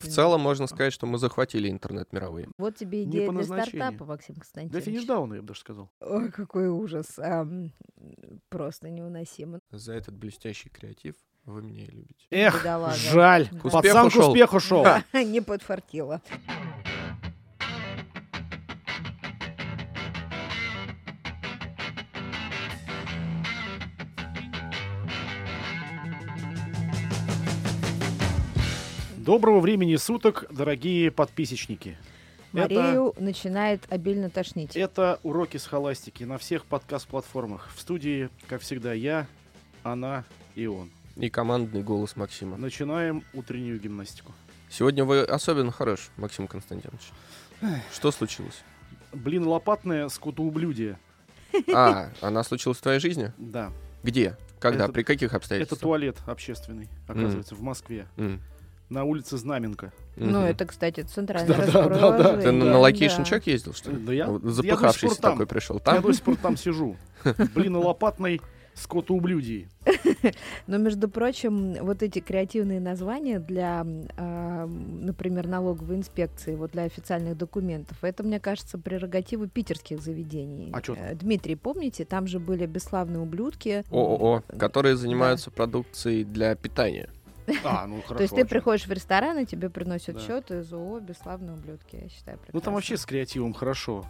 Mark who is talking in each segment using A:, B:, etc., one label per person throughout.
A: В целом можно сказать, что мы захватили интернет мировые.
B: Вот тебе
C: Не
B: идея
C: по
B: для
C: назначению.
B: стартапа, Максим
C: Для
B: Константинович.
C: финишдауна, ну, я бы даже сказал.
B: Ой, какой ужас. Ам, просто невыносимо.
A: За этот блестящий креатив вы меня и любите.
C: Эх,
B: Бедолага.
C: жаль.
B: К
A: успеху
C: Пацан к
A: шел.
C: успеху шел.
B: Не подфартило.
C: Доброго времени суток, дорогие подписчики. Это, Э,
B: Марию начинает обильно тошнить.
C: это уроки с холастики на всех подкаст-платформах. В студии, как всегда, я, она и он.
A: И командный голос Максима.
C: Начинаем утреннюю гимнастику.
A: Сегодня вы особенно хорош, Максим Константинович. Что случилось?
C: Блин, лопатное скутоублюдие.
A: А, она случилась в твоей жизни?
C: Да,
A: Где? Когда?
C: Это-
A: При каких
C: это
A: обстоятельствах?
C: туалет общественный, оказывается, в Москве.
A: М,
C: На улице Знаменка.
A: мгм.
B: Ну, это, кстати, центральное
C: Да, да, да, да.
B: расположение.
A: Ты на
B: Да.
A: на локейшн-чек ездил, что ли?
C: Да я-
A: Э, Вот
C: я до сих пор
A: Запыхавшийся
C: там.
A: такой пришел.
C: Я
A: Там?
C: до сих пор там сижу. Блин, лопатной скотоублюдии.
B: Но, между прочим, вот эти креативные названия для, м, а, м, например, налоговой инспекции, вот для официальных документов, это, мне кажется, прерогативы питерских заведений.
C: А чё там?
B: Э, Дмитрий, помните, там же были бесславные ублюдки.
A: ООО, которые занимаются продукцией для питания.
C: А, ну хорошо.
B: То есть ты
C: а чё?
B: приходишь в ресторан, и тебе приносят
C: Да.
B: счет из ООО «Бесславные ублюдки», я считаю,
C: Ну там
B: прекрасно.
C: вообще с креативом хорошо.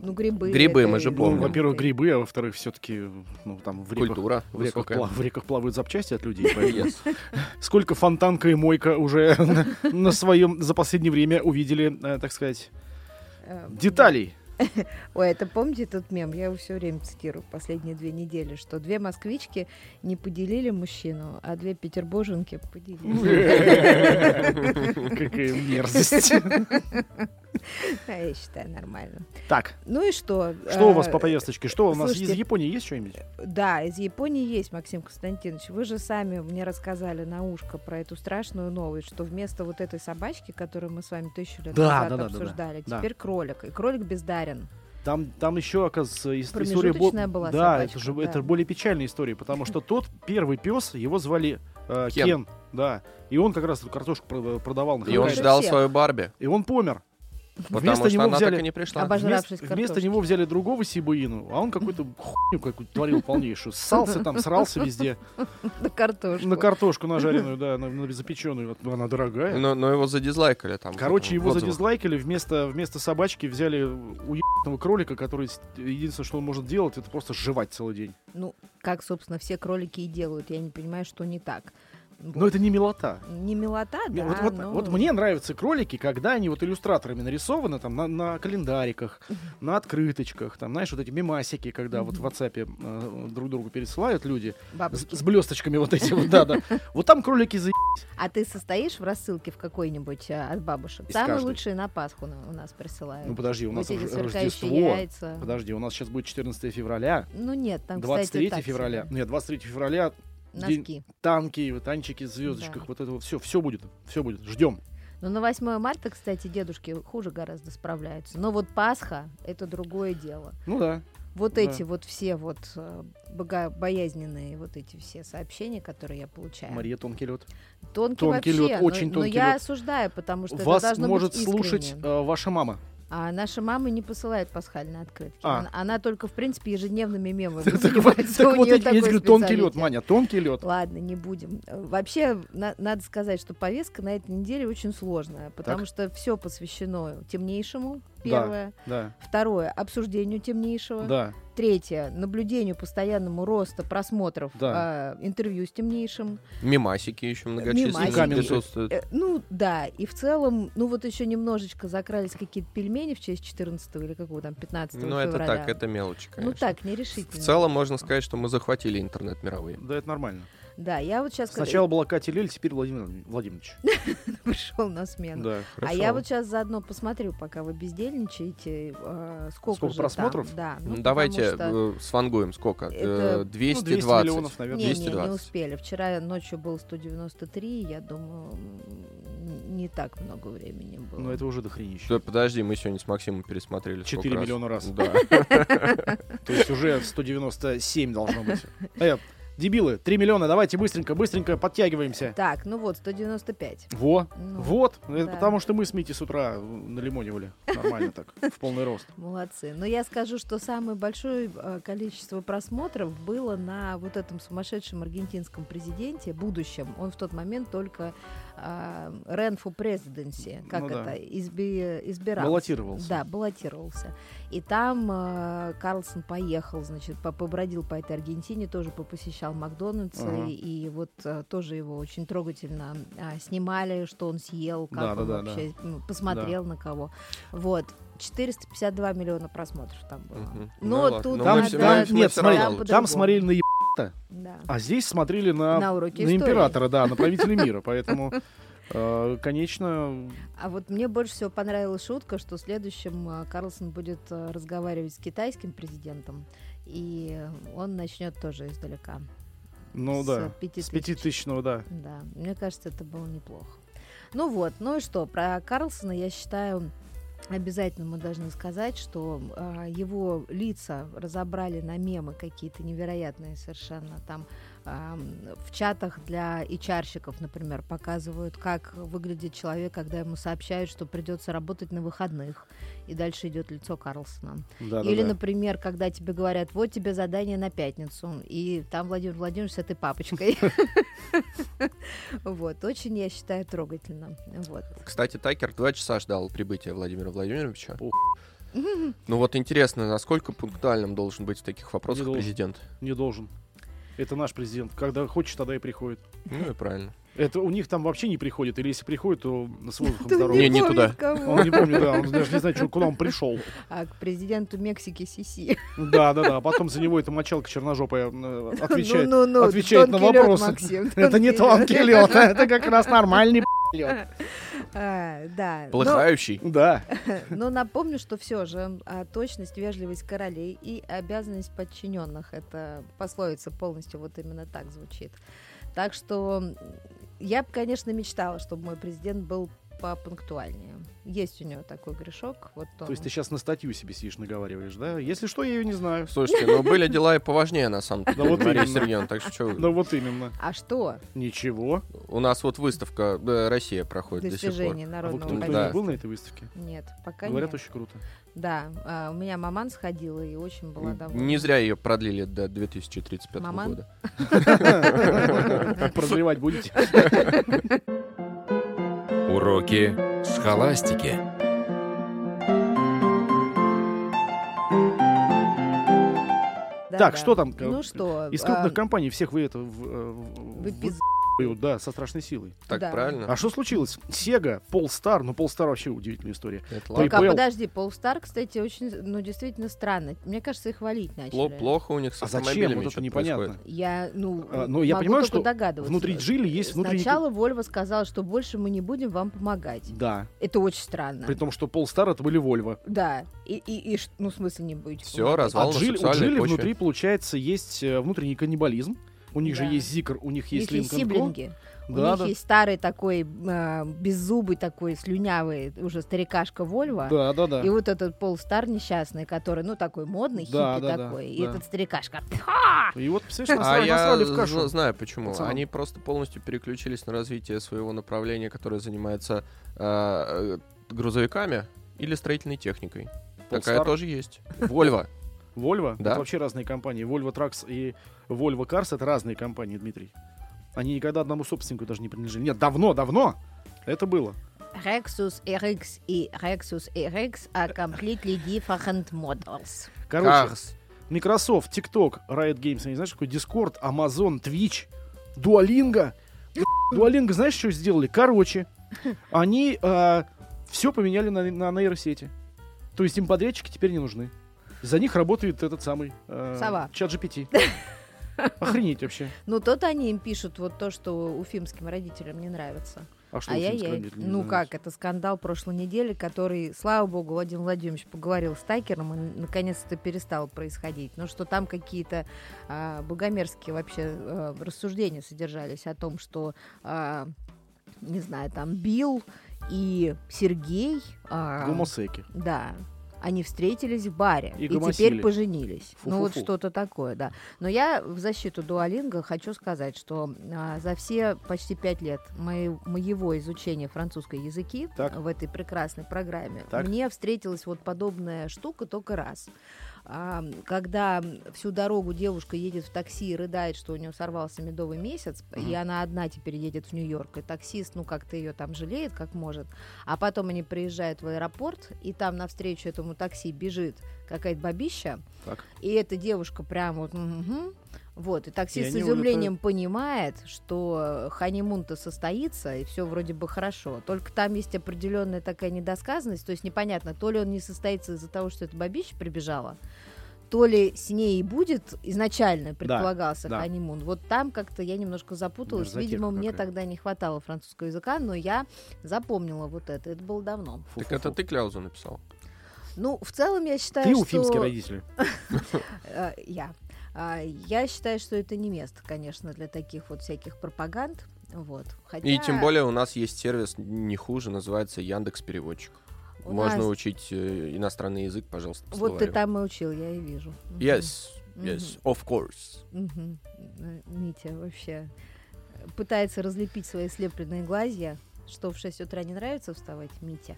B: Ну, грибы.
A: Грибы
B: это
A: мы же
B: из-
A: помним.
C: Ну, во-первых, грибы, а во-вторых, все-таки, ну, там в реках,
A: Культура.
C: в, реках
A: высокая.
C: пла- в реках плавают запчасти от людей. поэтому
A: Yes.
C: Сколько фонтанка и мойка уже на- на своем за последнее время увидели, э, так сказать,
B: Э,
C: деталей.
B: Ой, это помните тот мем? Я его все время цитирую последние две недели, что две москвички не поделили мужчину, а две петербурженки
C: Ну,
B: поделили.
C: Какая мерзость.
B: А Я считаю, нормально.
C: Так,
B: Ну и что?
C: что у вас
B: Э,
C: по повесточке? Что у нас из
B: слушайте.
C: Японии есть что-нибудь?
B: Да, из Японии есть, Максим Константинович. Вы же сами мне рассказали на ушко про эту страшную новость, что вместо вот этой собачки, которую мы с вами тысячу лет
C: Да,
B: назад
C: да, да, да, да.
B: обсуждали,
C: Да.
B: теперь кролик. И кролик бездарен.
C: Там, там еще, оказывается, ис- история... бо-
B: Промежуточная была
C: да,
B: собачка,
C: это же
B: да.
C: это более печальная история, потому что тот первый пес, его звали э,
A: Кен.
C: Кен. да. И он как раз эту картошку прод- продавал на
A: И он
B: Лучше
C: Хоккайдо.
A: ждал
B: всех.
A: свою Барби,
C: И он помер.
A: потому что
C: него
A: она так
C: взяли-
A: и не пришла.
B: Обожаю. Пожравшись
C: Вместо, вместо
B: картошки.
C: него взяли другого Сибуину, а он какую-то хуйню какую-то творил полнейшую. Ссался там, срался везде.
B: На картошку.
C: На картошку нажаренную, да, на, на запеченную. Вот Она дорогая.
A: Но, но его задизлайкали там.
C: Короче,
A: в
C: его
A: отзывах.
C: задизлайкали, вместо, вместо собачки взяли уебанного кролика, который с- единственное, что он может делать, это просто жевать целый день.
B: Ну, как, собственно, все кролики и делают. Я не понимаю, что не так.
C: Но Ну, это не милота.
B: Не милота,
C: Мне-
B: да, ну.
C: вот, вот-
B: но-
C: вот мне нравятся кролики, когда они вот иллюстраторами нарисованы там на, на календариках, на открыточках, там, знаешь, вот эти мимасики, когда вот в WhatsApp э, друг другу пересылают люди с,
B: Бабушки.
C: с блесточками вот эти вот, да-да. Вот там кролики за...
B: А ты состоишь в рассылке в какой-нибудь а, от бабушек?
C: Из
B: Самые
C: каждой.
B: лучшие на Пасху на- у нас присылают.
C: Ну подожди, у
B: Вот
C: нас
B: эти
C: Рож-
B: сверкающие
C: Рождество.
B: яйца.
C: Подожди, у нас сейчас будет 14 февраля,
B: Ну нет, там,
C: 23
B: кстати, так
C: февраля.
B: себе.
C: Нет, 23 февраля день-
B: Носки.
C: танки, вот танчики в звездочках, вот это вот все, все будет, все будет, ждем.
B: Но Ну, на 8 марта, кстати, дедушки хуже гораздо справляются. Но вот Пасха — это другое дело.
C: Ну да.
B: Вот
C: Да.
B: эти вот все вот э, бога- боязненные вот эти все сообщения, которые я получаю.
C: Мария тонкий лед.
B: Тонкий, вообще,
C: Тонкий лед,
B: но-
C: очень
B: но
C: тонкий
B: я
C: лед.
B: осуждаю, потому что это
C: Вас
B: должно
C: может
B: быть
C: слушать
B: искренне.
C: э, ваша мама.
B: А наша мама не посылает пасхальные открытки.
C: А.
B: Она, она только, в принципе, ежедневными мемами
C: Так вот,
B: занимается.
C: так
B: У
C: вот
B: неё
C: я тебе
B: такой
C: говорю, тонкий лед,
B: специалитет.
C: Маня, тонкий лед.
B: Ладно, не будем. Э, Вообще, на- надо сказать, что повестка на этой неделе очень сложная, потому что все посвящено темнейшему, первое.
C: Да,
B: Второе — обсуждению темнейшего.
C: да.
B: Третье — наблюдению постоянному роста просмотров
C: Да.
B: э, интервью с темнейшим.
A: Мимасики еще многочисленные
B: Мимасики.
A: присутствуют.
B: Э, ну, да, и в целом, ну вот еще немножечко закрались какие-то пельмени в честь 14 или какого там 15
A: Ну, это
B: февраля.
A: так, это мелочи,
B: Ну
A: конечно.
B: так,
A: В
B: нерешительно.
A: целом можно сказать, что мы захватили интернет мировые.
C: Да, это нормально.
B: Да, я вот сейчас
C: Сначала была Катя Лель, теперь Владимир Владимирович.
B: пришел на смену.
C: Да.
B: А я вот сейчас заодно посмотрю, пока вы бездельничаете, э, сколько,
C: Сколько
B: же
C: просмотров?
B: там, да, ну,
A: Ну,
B: потому
A: Давайте
B: что-
A: э, сфангуем. Сколько?
B: это-
A: Э,
C: Ну,
A: 220.
C: 200 миллионов, наверное.
B: Не, не, не
A: 220.
B: успели. Вчера ночью был 193, я думаю, м, не так много времени было.
C: Ну, это уже дохренище.
A: Да, подожди, мы сегодня с Максимом пересмотрели. сколько
C: 4 миллиона раз.
A: Да.
C: То есть уже 197 должно быть. Э, дебилы, 3 миллиона, давайте быстренько, быстренько подтягиваемся.
B: Так, ну вот, 195.
C: Во,
B: Ну,
C: вот, это
B: да.
C: потому что мы с Мити с утра налимонивали нормально так, в полный рост.
B: Молодцы. Но я скажу, что самое большое э, количество просмотров было на вот этом сумасшедшем аргентинском президенте, будущем. Он в тот момент только э, Ренфу президенси, как
C: Ну да.
B: это, изби- избирался.
C: Баллотировался.
B: Да, баллотировался. И там э, Карлсон поехал, значит, по- побродил по этой Аргентине, тоже попосещал Макдональдс,
C: Ага.
B: и, и вот э, тоже его очень трогательно а, снимали, что он съел, как
C: Да, да,
B: он
C: да, да.
B: вообще ну, посмотрел на кого. Вот. 452 миллиона просмотров там было.
A: Мгм. Ну
B: Но
A: ладно,
B: тут
A: ну,
C: Там,
A: мы
B: надо-
A: все-
C: там-
A: мы
C: нет,
A: все
C: смотри,
A: равно.
B: Там
C: там
B: по-другому.
C: смотрели на
B: да.
C: А здесь смотрели на,
B: На уроки
C: на
B: истории.
C: императора, да, на правителя мира. Поэтому, э, конечно,
B: А вот мне больше всего понравилась шутка, что следующим э, Карлсон будет э, разговаривать с китайским президентом, и он начнет тоже издалека.
C: ну
B: С
C: да,
B: пяти
C: с пятитысячного, да.
B: Да, мне кажется, это было неплохо. Ну вот, ну и что, про Карлсона я считаю... Обязательно мы должны сказать, что а, его лица разобрали на мемы какие-то невероятные совершенно. Там а, м, в чатах для HR-щиков, например, показывают, как выглядит человек, когда ему сообщают, что придется работать на выходных. И дальше идет лицо Карлсона.
C: да, да,
B: Или,
C: да.
B: например, когда тебе говорят, вот тебе задание на пятницу, и там Владимир Владимирович с этой папочкой. Вот, очень, я считаю, трогательно. Вот.
A: Кстати, Такер два часа ждал прибытия Владимира Владимировича.
C: Ух.
A: Ну вот интересно, насколько пунктуальным должен быть в таких вопросах
C: должен.
A: президент?
C: Не должен. Это наш президент. Когда хочет, тогда и приходит.
A: Ну и правильно.
C: Это у них там вообще не приходит. Или если приходит, то с воздухом
A: не
C: здоровый.
A: Не, не
B: помнит
A: туда.
B: кого.
C: Он не помнит, да, он даже не знает, чё- куда он пришел.
B: А к президенту Мексики Сиси.
C: Да, да, да. А потом за него эта мочалка черножопая э, отвечает.
B: Ну-ну-ну,
C: отвечает на
B: тонкий лёд,
C: вопросы.
B: ну, Максим,
C: Это не тонкий лед, это как раз нормальный лед.
B: А, Да. Но-
A: Полыхающий.
C: Да.
B: Но Ну, напомню, что все же а, точность, вежливость королей и обязанность подчиненных. Это пословица полностью вот именно так звучит. Так что м, я бы, конечно, мечтала, чтобы мой президент был попунктуальнее. Есть у него такой грешок. Вот он.
C: То есть ты сейчас на статью себе сидишь, наговариваешь, да? Если что, я ее не знаю.
A: Слушайте, ну были дела и поважнее, на самом деле,
C: Да вот
A: Мария
C: именно.
A: Сергеевна, так что чё вы?
C: Ну вот именно.
B: А что?
C: Ничего. А
A: У нас вот выставка э, «Россия» проходит до сих пор.
B: Достижение
C: А вот
B: народного
C: кто
A: ну,
C: не
A: да.
B: хозяйства.
C: был на этой выставке?
B: Нет, пока
C: Говорят,
B: нет.
C: очень круто.
B: Да, а, у меня маман сходила и очень была довольна.
A: Не зря ее продлили до 2035
B: Маман?
A: года.
C: Прозревать будете?
D: Уроки схоластики.
B: Да,
C: Так,
B: да.
C: что там?
B: Ну что?
C: Из
B: а,
C: крупных компаний всех вы это... в- э, в-
B: вы пиз-
C: в- Да, со страшной силой.
A: Так
B: Да.
A: правильно?
C: А что случилось? Sega, Polestar, ну Polestar вообще удивительная история.
A: Это
C: Только-
A: ладно.
B: Так, а
C: PayPal.
B: подожди, Полстар, кстати, очень, ну, действительно странно. Мне кажется, их валить начали.
A: Пло- Плохо у них с
C: А зачем?
A: автомобилями
C: Вот это
A: что-то
C: непонятно.
A: происходит.
B: Я, ну,
C: А, ну, я
B: могу
C: понимаю,
B: только
C: что
B: догадываться.
C: Внутри Джили есть внутренний...
B: Сначала Вольво сказал, что больше мы не будем вам помогать.
C: Да,
B: Это очень странно.
C: при том, что Polestar это были Volvo.
B: Да. И, и, и ш- ну, в смысле не будете
A: Всё,
B: помогать.
A: раз- Развал
C: а
A: на
C: Джили, у
A: сексуальной
C: Джили
A: почве.
C: внутри, получается, есть э, внутренний каннибализм. У них
B: Да.
C: же есть Зикр, у них
B: У них есть
C: есть Линкольн. Ко.
B: сиблинги. у них есть старый такой а, беззубый такой слюнявый уже старикашка Вольво.
C: да, да, да.
B: И вот этот полстар несчастный, который, ну, такой модный,
C: Да,
B: хиппи
C: да, да,
B: такой. и
C: да.
B: этот старикашка.
C: И вот, представляешь,
A: А
C: насрали,
A: я
C: насрали в
A: зн-
C: кашу.
A: знаю почему.
C: Пацанам.
A: Они просто полностью переключились на развитие своего направления, которое занимается э, э, грузовиками или строительной техникой. Такая
C: Polestar.
A: тоже есть. Вольво.
C: Volvo,
A: Да.
C: это вообще разные компании. Volvo Trucks и Volvo Cars это разные компании, Дмитрий. Они никогда одному собственнику даже не принадлежали. Нет, давно, давно это было.
B: Rexus RX и Rexus RX are completely different models.
C: Короче,
A: Cars.
C: Microsoft, TikTok, Riot Games, я не знаешь, какой Discord, Amazon, Twitch, Duolingo. Ну, Duolingo, знаешь, что сделали? Короче, они все поменяли на, на нейросети. То есть им подрядчики теперь не нужны. За них работает этот самый а,
B: Сова.
C: чат GPT. Охренеть вообще.
B: Ну, то они им пишут вот то, что уфимским родителям не нравится.
C: А что
B: А
C: вы
B: я,
C: фильм
B: я,
C: скромнее, не
B: ну
C: знаю.
B: как, это скандал прошлой недели, который, слава богу, Владимир Владимирович поговорил с Такером, и наконец-то перестал происходить. Но что там какие-то а, богомерзкие вообще а, рассуждения содержались о том, что, а, не знаю, там Билл и Сергей... а,
C: Гомосеки.
B: Да. Они встретились в баре
C: И
B: и,
C: гомосили.
B: теперь поженились. Ну вот
C: Фу-фу-фу.
B: что-то такое, да. Но я в защиту дуалинга хочу сказать, что а, за все почти пять лет мои- моего изучения французской языки
C: Так.
B: в этой прекрасной программе
C: Так.
B: мне встретилась вот подобная штука только раз. А, когда всю дорогу девушка едет в такси и рыдает, что у нее сорвался медовый месяц, и она одна теперь едет в Нью-Йорк, и таксист, ну, как-то ее там жалеет, как может. А потом они приезжают в аэропорт, и там навстречу этому такси бежит какая-то бабища,
C: Так.
B: и эта девушка прям вот... мгм. Вот, и
C: И
B: таксист с
C: они
B: изумлением понимает, что ханимун-то состоится, и все вроде бы хорошо. Только там есть определенная такая недосказанность, то есть непонятно, то ли он не состоится из-за того, что эта бабища прибежала, то ли с ней и будет изначально предполагался
C: да.
B: ханимун. Вот там как-то я немножко запуталась.
C: Мерзотека
B: Видимо, мне
C: какая.
B: тогда не хватало французского языка, но я запомнила вот это. Это было давно.
A: Так это ты Кляузу написал?
B: Ну, в целом я считаю,
C: Ты
B: что...
C: уфимский родитель.
B: Э, Я. А, Я считаю, что это не место, конечно, для таких вот всяких пропаганд. Вот. Хотя
A: И тем более у нас есть сервис не хуже, называется Яндекс Переводчик.
B: у
A: Можно
B: нас- словарю.
A: учить э, иностранный язык, пожалуйста, по
B: Вот ты
A: словарю.
B: там и учил, я и вижу. Мгм.
A: Yes, yes, of course.
B: Мгм. Э, Митя вообще пытается разлепить свои слепленные глазья. Что в 6 утра не нравится вставать, Митя?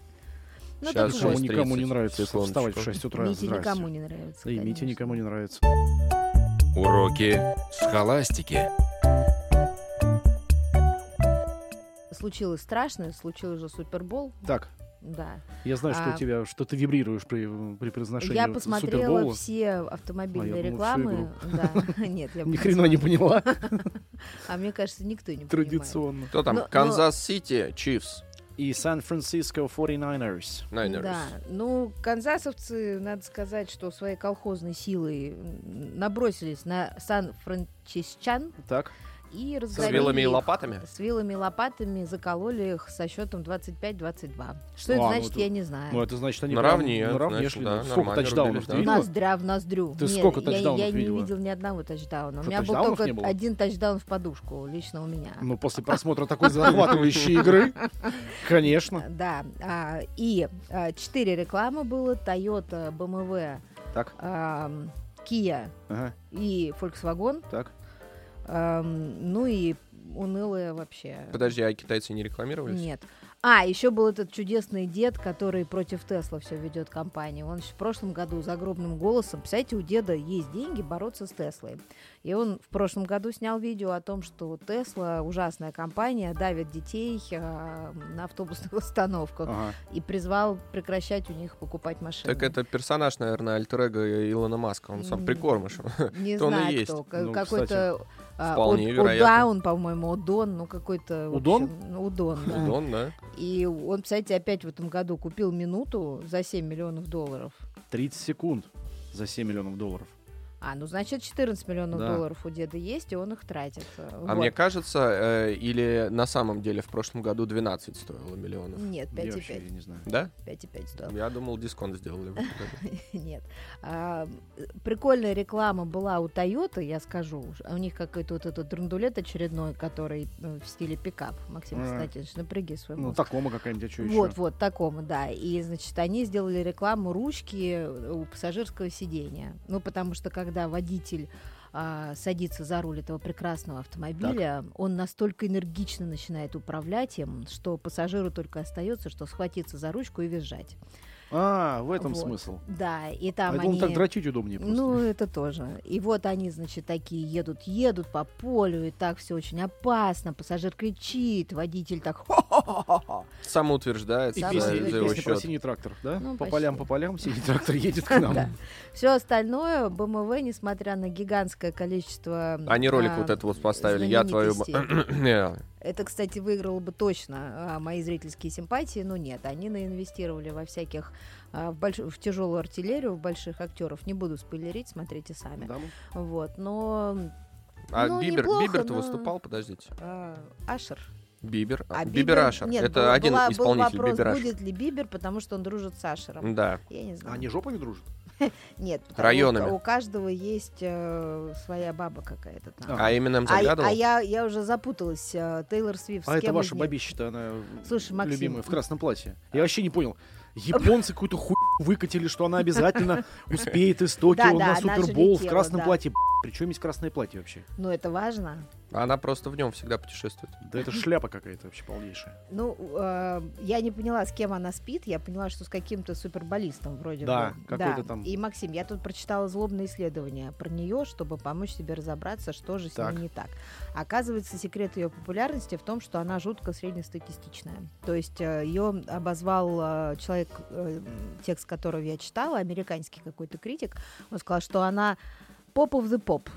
B: Ну
A: Щас
B: так
A: же
C: Почему
B: вот,
A: шесть.
C: никому не
A: 6:30,
C: нравится
A: секундочку.
C: вставать в 6 утра?
B: Мите
C: Здрасте.
B: никому не нравится.
C: Да и Мите
B: конечно.
C: никому не нравится.
D: Уроки схоластики.
B: Случилось страшное, случилось же Супербол,
C: Так,
B: да.
C: я знаю, что
B: А.
C: у тебя, что ты вибрируешь при, при произношении
B: Я
C: вот
B: посмотрела
C: Супербоула.
B: все
C: А,
B: автомобильные
C: я думал, всю
B: рекламы. Да, нет, я
C: Ни хрена не поняла.
B: А мне кажется, никто не понимает.
C: Традиционно.
A: Кто там?
B: Но- но-
A: Канзас-Сити, Чивс,
C: И Сан-Франциско 49ers.
B: Да,
A: Найнерс.
B: ну, канзасовцы, надо сказать, что своей колхозной силой м, набросились на сан-франчисчан
C: Так.
B: и
A: С
B: разгромили
A: вилами и
B: их.
A: лопатами?
B: С вилами и лопатами закололи их со счетом 25-22. Что это
C: А, ну
B: значит,
C: это-
B: я не знаю.
C: Ну, это значит, они
A: Наравне,
C: прям наравне
A: значит,
C: шли.
A: да,
C: Сколько
A: нормально
C: тачдаунов
A: рубились, да.
C: ты видела?
B: Ноздря в ноздрю.
C: Ты
B: Нет,
C: сколько
B: я-
C: тачдаунов
B: я, не
C: видела?
B: видела ни одного тачдауна.
C: Что,
B: у меня был
C: тачдаунов
B: только
C: не было?
B: один тачдаун в подушку, лично у меня.
C: Ну, после просмотра такой захватывающей игры, конечно.
B: Да, а, и а, четыре рекламы было. Toyota, BMW,
C: Так,
B: ам, Kia
C: ага,
B: и Volkswagen.
C: так.
B: Ам, ну и унылые вообще.
A: Подожди, а китайцы не рекламировались?
B: Нет. А, еще был этот чудесный дед, который против Тесла все ведет компанию. Он ещё в прошлом году загробным голосом, представляете, у деда есть деньги бороться с Теслой. И он в прошлом году снял видео о том, что Тесла, ужасная компания, давит детей а, на автобусных остановках
C: ага.
B: и призвал прекращать у них покупать машины.
A: А. Так это персонаж, наверное, альтер Илона Маска. Он сам
B: М.
A: прикормыш.
B: Не
A: кто он и
B: знаю
A: есть.
B: кто. Ка-
C: Ну,
B: какой-то а,
A: вполне
B: Од-
A: вероятно.
B: Одаун, по-моему, Одон, ну какой-то... в
C: Удон?
B: общем, ну, Удон, да.
A: Он, да?
B: И он, кстати, опять в этом году купил минуту за 7 миллионов долларов.
C: 30 секунд за 7 миллионов долларов.
B: А, ну значит, 14 миллионов
C: Да.
B: долларов у деда есть, и он их тратит.
A: А мне кажется, э, или на самом деле в прошлом году 12 стоило миллионов.
B: Нет,
C: Я вообще
B: 5,5.
C: не знаю.
A: Да?
B: 5,5 стоил.
A: Я думал, дисконт сделали. в этом году.
B: Нет. А, прикольная реклама была у Toyota, я скажу. А У них какой-то вот этот драндулет очередной, который э, в стиле пикап. Максим
C: А.
B: Константинович, напряги свой
C: Ну,
B: мозг.
C: такому какая-нибудь, а что еще?
B: Вот, вот, такому, да. И, значит, они сделали рекламу ручки э, у пассажирского сидения. Ну, потому что, когда водитель а, садится за руль этого прекрасного автомобиля, он настолько энергично начинает управлять им, что пассажиру только остается, что схватиться за ручку и визжать.
C: А, в этом
B: Вот.
C: смысл.
B: Да, и
C: А
B: там
C: я
B: они...
C: думал, так дрочить удобнее просто.
B: Ну, это тоже. И вот они, значит, такие едут, едут по полю, и так все очень опасно. Пассажир кричит, водитель так хо-хо-хо-хо.
A: Самоутверждается
C: и
A: за
B: сам
C: песня,
B: же
A: за
C: и
A: его
C: песня про
A: счет.
C: синий трактор, да?
B: Ну,
C: по
B: почти.
C: полям, по полям синий трактор едет к нам.
B: Все остальное БМВ, несмотря на гигантское количество... м,
A: Они ролик
B: а,
A: вот этот вот поставили. Я твою... м- Не,
B: Это, кстати, выиграло бы точно а, мои зрительские симпатии, но нет. Они наинвестировали во всяких... а, в, тяжелую артиллерию, в больших актеров. Не буду спойлерить, смотрите сами.
C: Да, ну.
B: Вот, но...
A: А
B: Ну,
A: Бибер,
B: неплохо,
A: Бибер-то
B: но-
A: выступал, подождите.
B: а, Ашер.
A: Бибер.
B: А
A: Бибер Ашер.
B: Нет,
A: Это
B: была-
A: один
B: была- был
A: исполнитель
B: вопрос,
A: Бибер Ашер.
B: будет ли Бибер, потому что он дружит с Ашером.
A: Да.
B: Я не знаю.
C: А Они жопами дружат?
B: Нет, потому
A: Районами.
B: У, у каждого есть э, своя баба какая-то там.
A: А Эминем
B: А, я- а
A: заглядывал?
B: я, я уже запуталась. э, Тейлор Свифт. с
C: А это
B: кем из
C: ваша
B: них?
C: бабища-то, она
B: Слушай, Максим,
C: любимая, в красном платье. Я вообще не понял. Японцы какую-то хуйню выкатили, что она обязательно успеет из Токио
B: Да-да,
C: на
B: она же
C: Супербол в
B: летела,
C: красном
B: да.
C: платье. Причем есть красное платье вообще?
B: Но Ну, это важно.
A: Она просто в нем всегда путешествует.
C: Да это шляпа какая-то вообще полнейшая.
B: Ну, э, я не поняла, с кем она спит. Я поняла, что с каким-то суперболистом вроде
C: Да,
B: бы.
C: какой-то там-
B: И, Максим, я тут прочитала злобное исследование про нее, чтобы помочь себе разобраться, что же с
C: Так.
B: ней не так. Оказывается, секрет ее популярности в том, что она жутко среднестатистичная. То есть ее обозвал э, человек, э, текст которого я читала, американский какой-то критик. Он сказал, что она поп of the pop.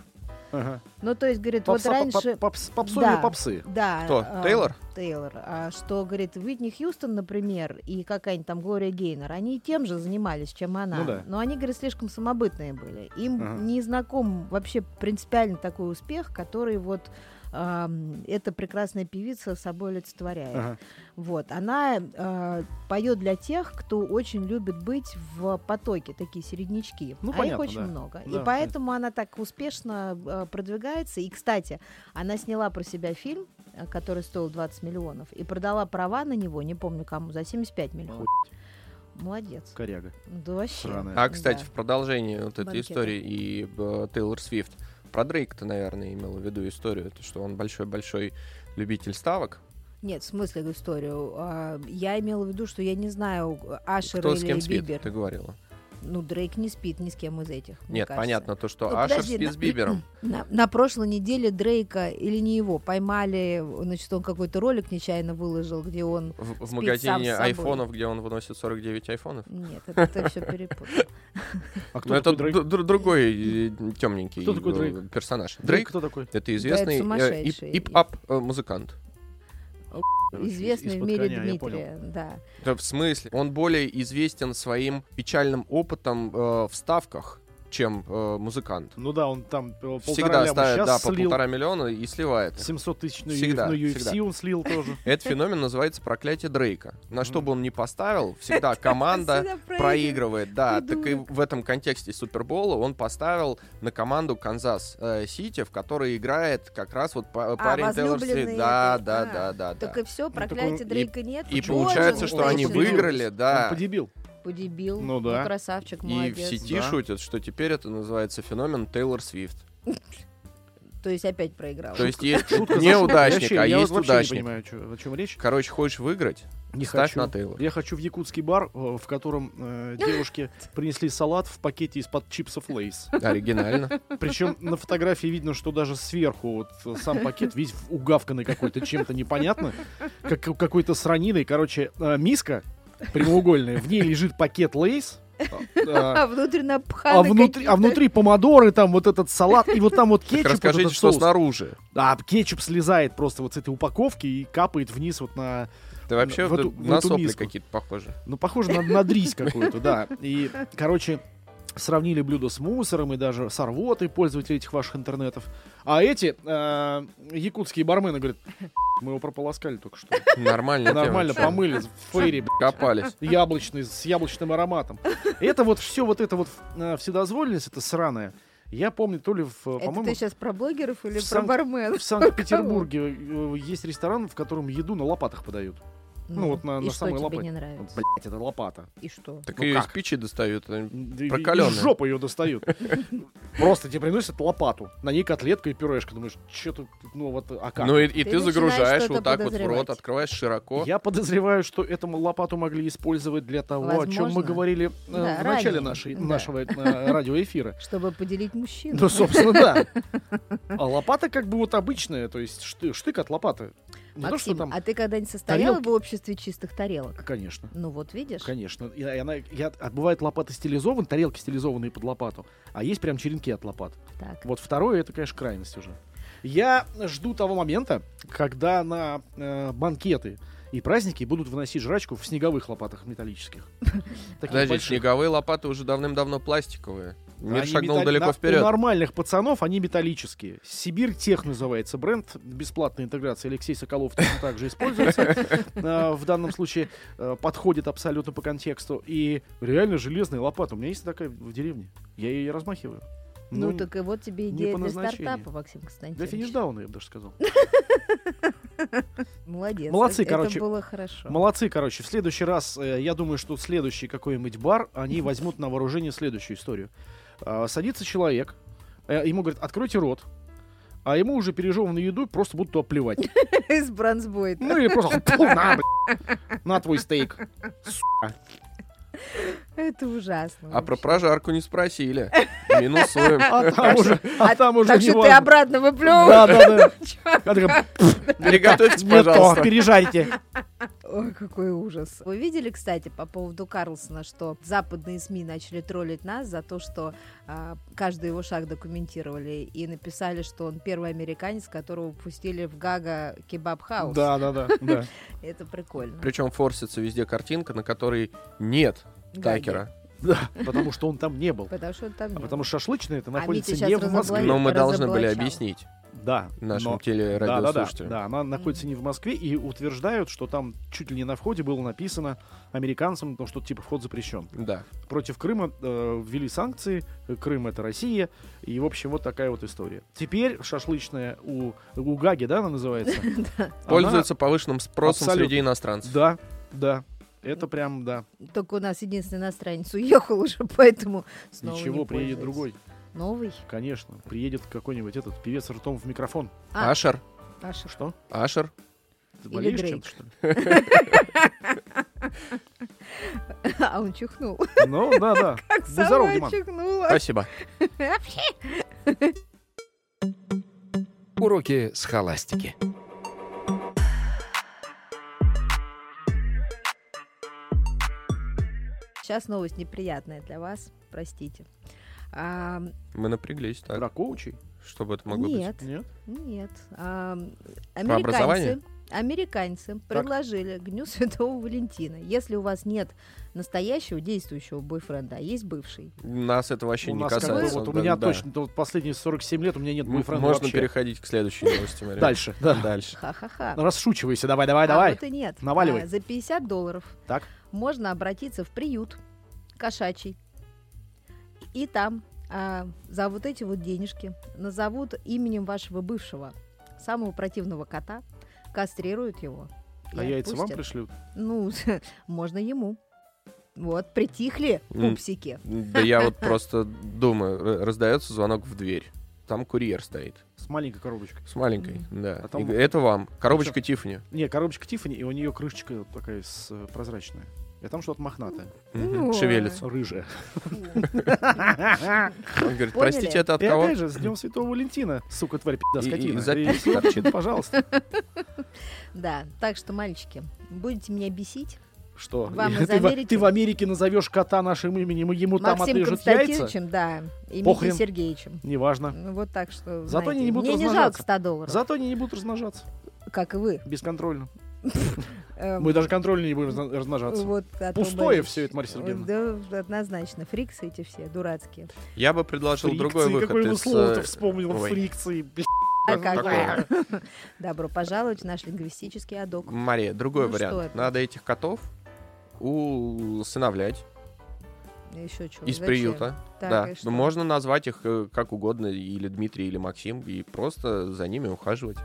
C: Ага.
B: Ну, то есть, говорит,
C: Попса-
B: вот
C: поп-
B: раньше...
C: попс-
B: Да.
C: Попсовые попсы.
B: Да.
A: Кто?
B: а,
A: Тейлор?
B: Тейлор. А что, говорит, Уитни Хьюстон, например, и какая-нибудь там Глория Гейнер, они тем же занимались, чем она.
C: Ну да.
B: Но они, говорит, слишком самобытные были. Им
C: Ага.
B: не знаком вообще принципиально такой успех, который вот ам, эта прекрасная певица собой олицетворяет.
C: Ага.
B: Вот, она э, поет для тех, кто очень любит быть в потоке, такие середнячки.
C: Ну,
B: а их
C: понятно,
B: очень
C: да.
B: много.
C: Да,
B: и поэтому она так успешно э, продвигается. И, кстати, она сняла про себя фильм, э, который стоил 20 миллионов, и продала права на него, не помню кому, за 75 миллионов. Молодец.
C: Коряга.
B: Да вообще.
C: Сраная.
A: А, кстати,
B: Да.
A: в продолжении вот этой
B: Банкета.
A: истории и э, Тейлор Свифт. Про Дрейк ты, наверное, имел в виду историю, то, что он большой-большой любитель ставок.
B: Нет, в смысле историю. А, я имела в виду, что я не знаю, Ашер
A: Кто
B: или
A: с кем спит,
B: Бибер.
A: ты говорила.
B: Ну, Дрейк не спит ни с кем из этих. мне
A: Нет,
B: кажется.
A: понятно то, что
B: Ну,
A: Ашер
B: подожди,
A: спит
B: на-
A: с Бибером.
B: На, на прошлой неделе Дрейка или не его поймали, значит, он какой-то ролик нечаянно выложил, где он...
A: В, в
B: Спит сам с
A: магазине
B: собой.
A: айфонов, где он выносит 49 айфонов.
B: Нет, это ты все перепутал.
C: А кто
A: Но Ну, это
C: такой Дрейк?
A: д- д- другой темненький
C: Кто такой Дрейк?
A: персонаж.
C: Дрейк
A: Дрейк
C: кто такой?
A: это известный
B: Да, это
A: э,
B: сумасшедший.
A: ип- ап э, музыкант.
C: Короче, из-
B: Известный в
C: из-под
B: мире
C: коня, я понял.
B: Дмитрия, да.
A: Да, в смысле? Он более известен своим печальным опытом э, в ставках, чем э, музыкант.
C: Ну да, он там э, полтора
A: Всегда
C: ляма
A: ставит да,
C: сейчас
A: по
C: слил.
A: полтора миллиона и сливает.
C: 700 тысяч на
A: Всегда,
C: UFC
A: всегда.
C: он слил тоже.
A: Этот феномен называется проклятие Дрейка. На что
C: М.
A: бы он ни поставил, всегда команда
B: Всегда
A: проигрывает.
B: проигрывает.
A: Да, так и
B: Придурок.
A: в этом контексте Супербола он поставил на команду Канзас-Сити, в которой играет как раз вот па-
C: А,
A: парень Тейлор
B: возлюбленный
A: Свифт. Да,
B: этой,
A: да,
B: а,
A: да, да,
B: Так
A: да.
B: и все,
C: так он-
B: проклятия Дрейка нет.
A: И
B: Боже
A: получается,
B: мой,
A: что они
B: женщина.
A: выиграли,
C: Он
A: да.
C: подебил.
B: Подебил.
C: Ну да.
B: красавчик,
A: И в
B: молодец.
A: сети
C: Да.
A: шутят, что теперь это называется феномен Тейлор Свифт.
B: То есть опять проиграл.
A: То есть есть
C: Шутка за
A: неудачник,
C: шуткой.
A: а
C: Я
A: есть
C: вообще не
A: удачник.
C: понимаю, чё- о чем речь.
A: Короче, хочешь выиграть?
C: Не
A: ставь
C: хочу.
A: на Тейлор.
C: Я хочу в якутский бар, э, в котором э, девушки принесли салат в пакете из-под чипсов Лейс.
A: Оригинально.
C: Причем на фотографии видно, что даже сверху вот э, сам пакет весь угавканный какой-то чем-то непонятно, как у какой-то сраниной. Короче, э, миска прямоугольная, в ней лежит пакет Лейс. э, э,
B: А внутри напханы
C: А внутри, а
B: какие-то.
C: внутри помидоры, там вот этот салат, и вот там вот кетчуп.
A: Так
C: вот
A: расскажите,
C: этот
A: что
C: соус.
A: снаружи.
C: А кетчуп слезает просто вот с этой упаковки и капает вниз вот на...
A: Ты вообще
C: В эту-
A: д-
C: Ну, в
A: на
C: эту
A: сопли
C: миску.
A: какие-то похожи.
C: Ну, похоже на, на дрись какую-то, да. И, короче, сравнили блюдо с мусором и даже с рвотой пользователей этих ваших интернетов. А эти э, якутские бармены говорят, мы его прополоскали только что.
A: Нормально. тема,
C: Ну, Нормально
A: чё.
C: помыли, в фейри, б***ь,
A: Копались.
C: яблочный, с яблочным ароматом. Это вот все, вот это вот э, вседозволенность, это сраная. Я помню, то ли, в, э,
B: Это
C: по-моему,
B: ты сейчас про блогеров или
C: в
B: про
C: Санкт-
B: барменов?
C: В Санкт-Петербурге э, есть ресторан, в котором еду на лопатах подают. Ну, вот на-
B: и
C: на
B: что
C: самой
B: тебе
C: лапой.
B: не нравится?
C: Блять, это лопата.
B: И что?
A: Так
C: Ну
A: ее из
C: как?
A: печи достают. они
C: Да и-
A: Прокалённая.
C: Из жопы ее достают. Просто тебе приносят лопату. На ней котлетка и пюрешка. Думаешь, что тут, ну вот, а как?
A: Ну и, и
B: Ты
A: ты,
B: начинаешь
A: загружаешь
B: что-то
A: вот так вот в
B: подозревать.
A: рот, открываешь широко.
C: Я подозреваю, что эту лопату могли использовать для того, о чем мы
B: Возможно.
C: говорили э,
B: Да,
C: в начале
B: ранее.
C: нашей,
B: Да.
C: нашего э, радиоэфира.
B: Чтобы поделить мужчину.
C: Ну, собственно, да. А лопата как бы вот обычная, то есть шты- штык от лопаты. Не то, что
B: Максим,
C: там...
B: а ты когда-нибудь состояла
C: тарелки.
B: в обществе чистых тарелок?
C: Конечно.
B: Ну вот видишь.
C: Конечно. И, и она, я, а бывает лопата стилизован, тарелки стилизованные под лопату, а есть прям черенки от лопат.
B: Так.
C: Вот второе, это, конечно, крайность уже. Я жду того момента, когда на э, банкеты и праздники будут выносить жрачку в снеговых лопатах металлических. Таких
A: Подожди,
C: больших.
A: снеговые лопаты уже давным-давно пластиковые. Мир
C: Они
A: шагнул
C: металли-
A: далеко
C: на- У
A: вперед.
C: нормальных пацанов они металлические. Сибирь Тех называется бренд. Бесплатная интеграция Алексей Соколов точно также используется. Э, В данном случае э, подходит абсолютно по контексту. И реально железная лопата. У меня есть такая в деревне. Я ее размахиваю.
B: Ну,
C: не-
B: так и вот тебе
C: не
B: идея
C: по
B: для
C: назначению.
B: стартапа, Максим
C: Для
B: Константинович.
C: Финишдауна, я бы даже сказал.
B: Молодец.
C: Молодцы,
B: это,
C: короче.
B: Это было хорошо.
C: Молодцы, короче. В следующий раз, э, я думаю, что следующий какой-нибудь бар, они возьмут на вооружение следующую историю. А, Садится человек, э, ему говорят, откройте рот, а ему уже пережеванную еду просто будут туда плевать.
B: Из Бронзбойта.
C: Ну или просто «Тьфу, на, блядь, на твой стейк. сука».
B: Это ужасно.
A: А про
B: вообще.
A: прожарку не спросили. Минусуем.
C: А там уже, а
B: А
C: там уже
B: Так
C: не
B: что ты
C: важно.
B: обратно выплевываешь.
C: Да, да, да. Она такая,
A: Переготовьтесь,
C: «Не то,
A: пожалуйста.
C: пережарьте.
B: Ой, какой ужас. Вы видели, кстати, по поводу Карлсона, что западные СМИ начали троллить нас за то, что а, каждый его шаг документировали и написали, что он первый американец, которого пустили в Гага кебаб-хаус.
C: Да, да, да, да.
B: Это прикольно.
A: Причем форсится везде картинка, на которой нет
B: Гаги.
A: Такера.
C: Да, потому что он там не был.
B: Потому что он там
C: А
B: не
C: потому
B: был.
C: что шашлычная это
B: Митя
C: находится
B: щас
C: не в Москве.
B: разоблачит.
A: Но мы должны были
B: разоблачал.
A: объяснить
C: Да,
A: нашим
C: но- Да, да, да,
A: телерадиослушателям.
C: да, она находится не в Москве и утверждают, что там чуть ли не на входе было написано американцам, ну, что типа вход запрещен.
A: Да.
C: Против Крыма э, ввели санкции, э, Крым это Россия, и в общем вот такая вот история. Теперь шашлычная у, у Гаги, да, она называется? Она-
A: Пользуется повышенным спросом
C: Абсолютно.
A: среди иностранцев.
C: Да, да, это прям, да,
B: Только у нас единственный иностранец уехал уже, поэтому снова
C: ничего,
B: не
C: приедет
B: пользуюсь.
C: другой,
B: Новый?
C: конечно, приедет какой-нибудь этот певец ртом в микрофон.
B: А.
A: Ашер.
B: Аш,
C: Что?
A: Ашер.
C: Ты
B: Или
C: болеешь
B: Дрейк.
C: чем-то, что ли?
B: А он чихнул.
C: Ну, да, да.
B: Как
C: Будь здоров,
B: сама
C: Диман.
B: чихнула.
A: Спасибо.
D: Уроки схоластики.
B: Сейчас новость неприятная для вас, простите. А,
A: Мы напряглись так.
C: Дракоучий?
A: Что бы это могло быть?
B: нет,
C: Нет?
B: нет. А,
A: образование?
B: американцы, американцы предложили к Дню Святого Валентина. Если у вас нет настоящего действующего бойфренда, а есть бывший,
A: Нас это вообще
C: у
A: не
C: нас
A: касается.
C: как-то вот у
A: Да,
C: меня
A: да.
C: точно, вот последние 47 лет у меня нет
A: М-
C: бойфренда
A: Можно
C: вообще.
A: переходить к следующей новости, Мария.
C: Дальше, да. Ну,
A: Дальше.
B: ха-ха-ха.
C: Расшучивайся, давай, давай, давай.
B: А вот и нет.
C: Наваливай.
B: А, за 50 долларов
C: Так.
B: можно обратиться в приют кошачий. И там а, за вот эти вот денежки назовут именем вашего бывшего, самого противного кота, кастрируют его. и
C: А яйца вам
B: отпустят.
C: пришлют?
B: Ну, можно ему. Вот, притихли
A: М.
B: пупсики.
A: Да я вот просто думаю, р- раздается звонок в дверь. Там курьер стоит.
C: С маленькой коробочкой.
A: С маленькой, да.
C: А там-
A: И г- Это вам. Коробочка Тиффани.
C: Не, коробочка Тиффани, и у нее крышечка такая с, э, прозрачная. И там что-то мохнатое.
A: Мгм.
B: Ой.
A: Шевелится.
C: Рыжая.
A: Он говорит,
B: Поняли?
A: простите, это от
C: И
A: кого?
C: опять же, с Днем Святого Валентина, сука, тварь, пи***да,
A: И- и
C: скотина.
A: запись
C: И-
A: торчит.
C: пожалуйста.
B: Да, так что, мальчики, будете меня бесить.
C: Что?
B: Вам
C: Ты
B: из
C: в-
B: Америки?
C: Ты в Америке назовешь кота нашим именем, и ему Ну, там
B: Максим
C: отрежут яйца?
B: Константиновичем, да, и
C: Похрен.
B: Митей Сергеевичем.
C: Неважно.
B: Ну, вот так что,
C: Зато они
B: знаете,
C: не будут
B: Мне не жалко
C: размножаться.
B: 100 долларов,
C: Зато они не будут размножаться.
B: как и вы.
C: Бесконтрольно.
B: Эм,
C: Мы даже контрольно не будем разна- размножаться.
B: вот о том
C: Пустое
B: и-
C: все это, Марья Сергеевна.
B: Да, однозначно. Фриксы эти все дурацкие.
A: Я бы предложил другой
C: Фрикции,
A: выход
C: какое вы
A: из...
C: слово-то
A: э,
C: вспомнил?
A: ой.
C: Фрикции, блядь.
B: А
A: Какое?
B: какое? Добро пожаловать в наш лингвистический адок.
A: Мария, другой
B: Ну, что
A: вариант.
B: это?
A: Надо этих котов усыновлять
B: Еще что?
A: из
B: зачем?
A: приюта.
B: Так,
A: да.
B: и
A: Ну,
B: что?
A: Можно назвать их э, как угодно, или Дмитрий, или Максим, и просто за ними ухаживать.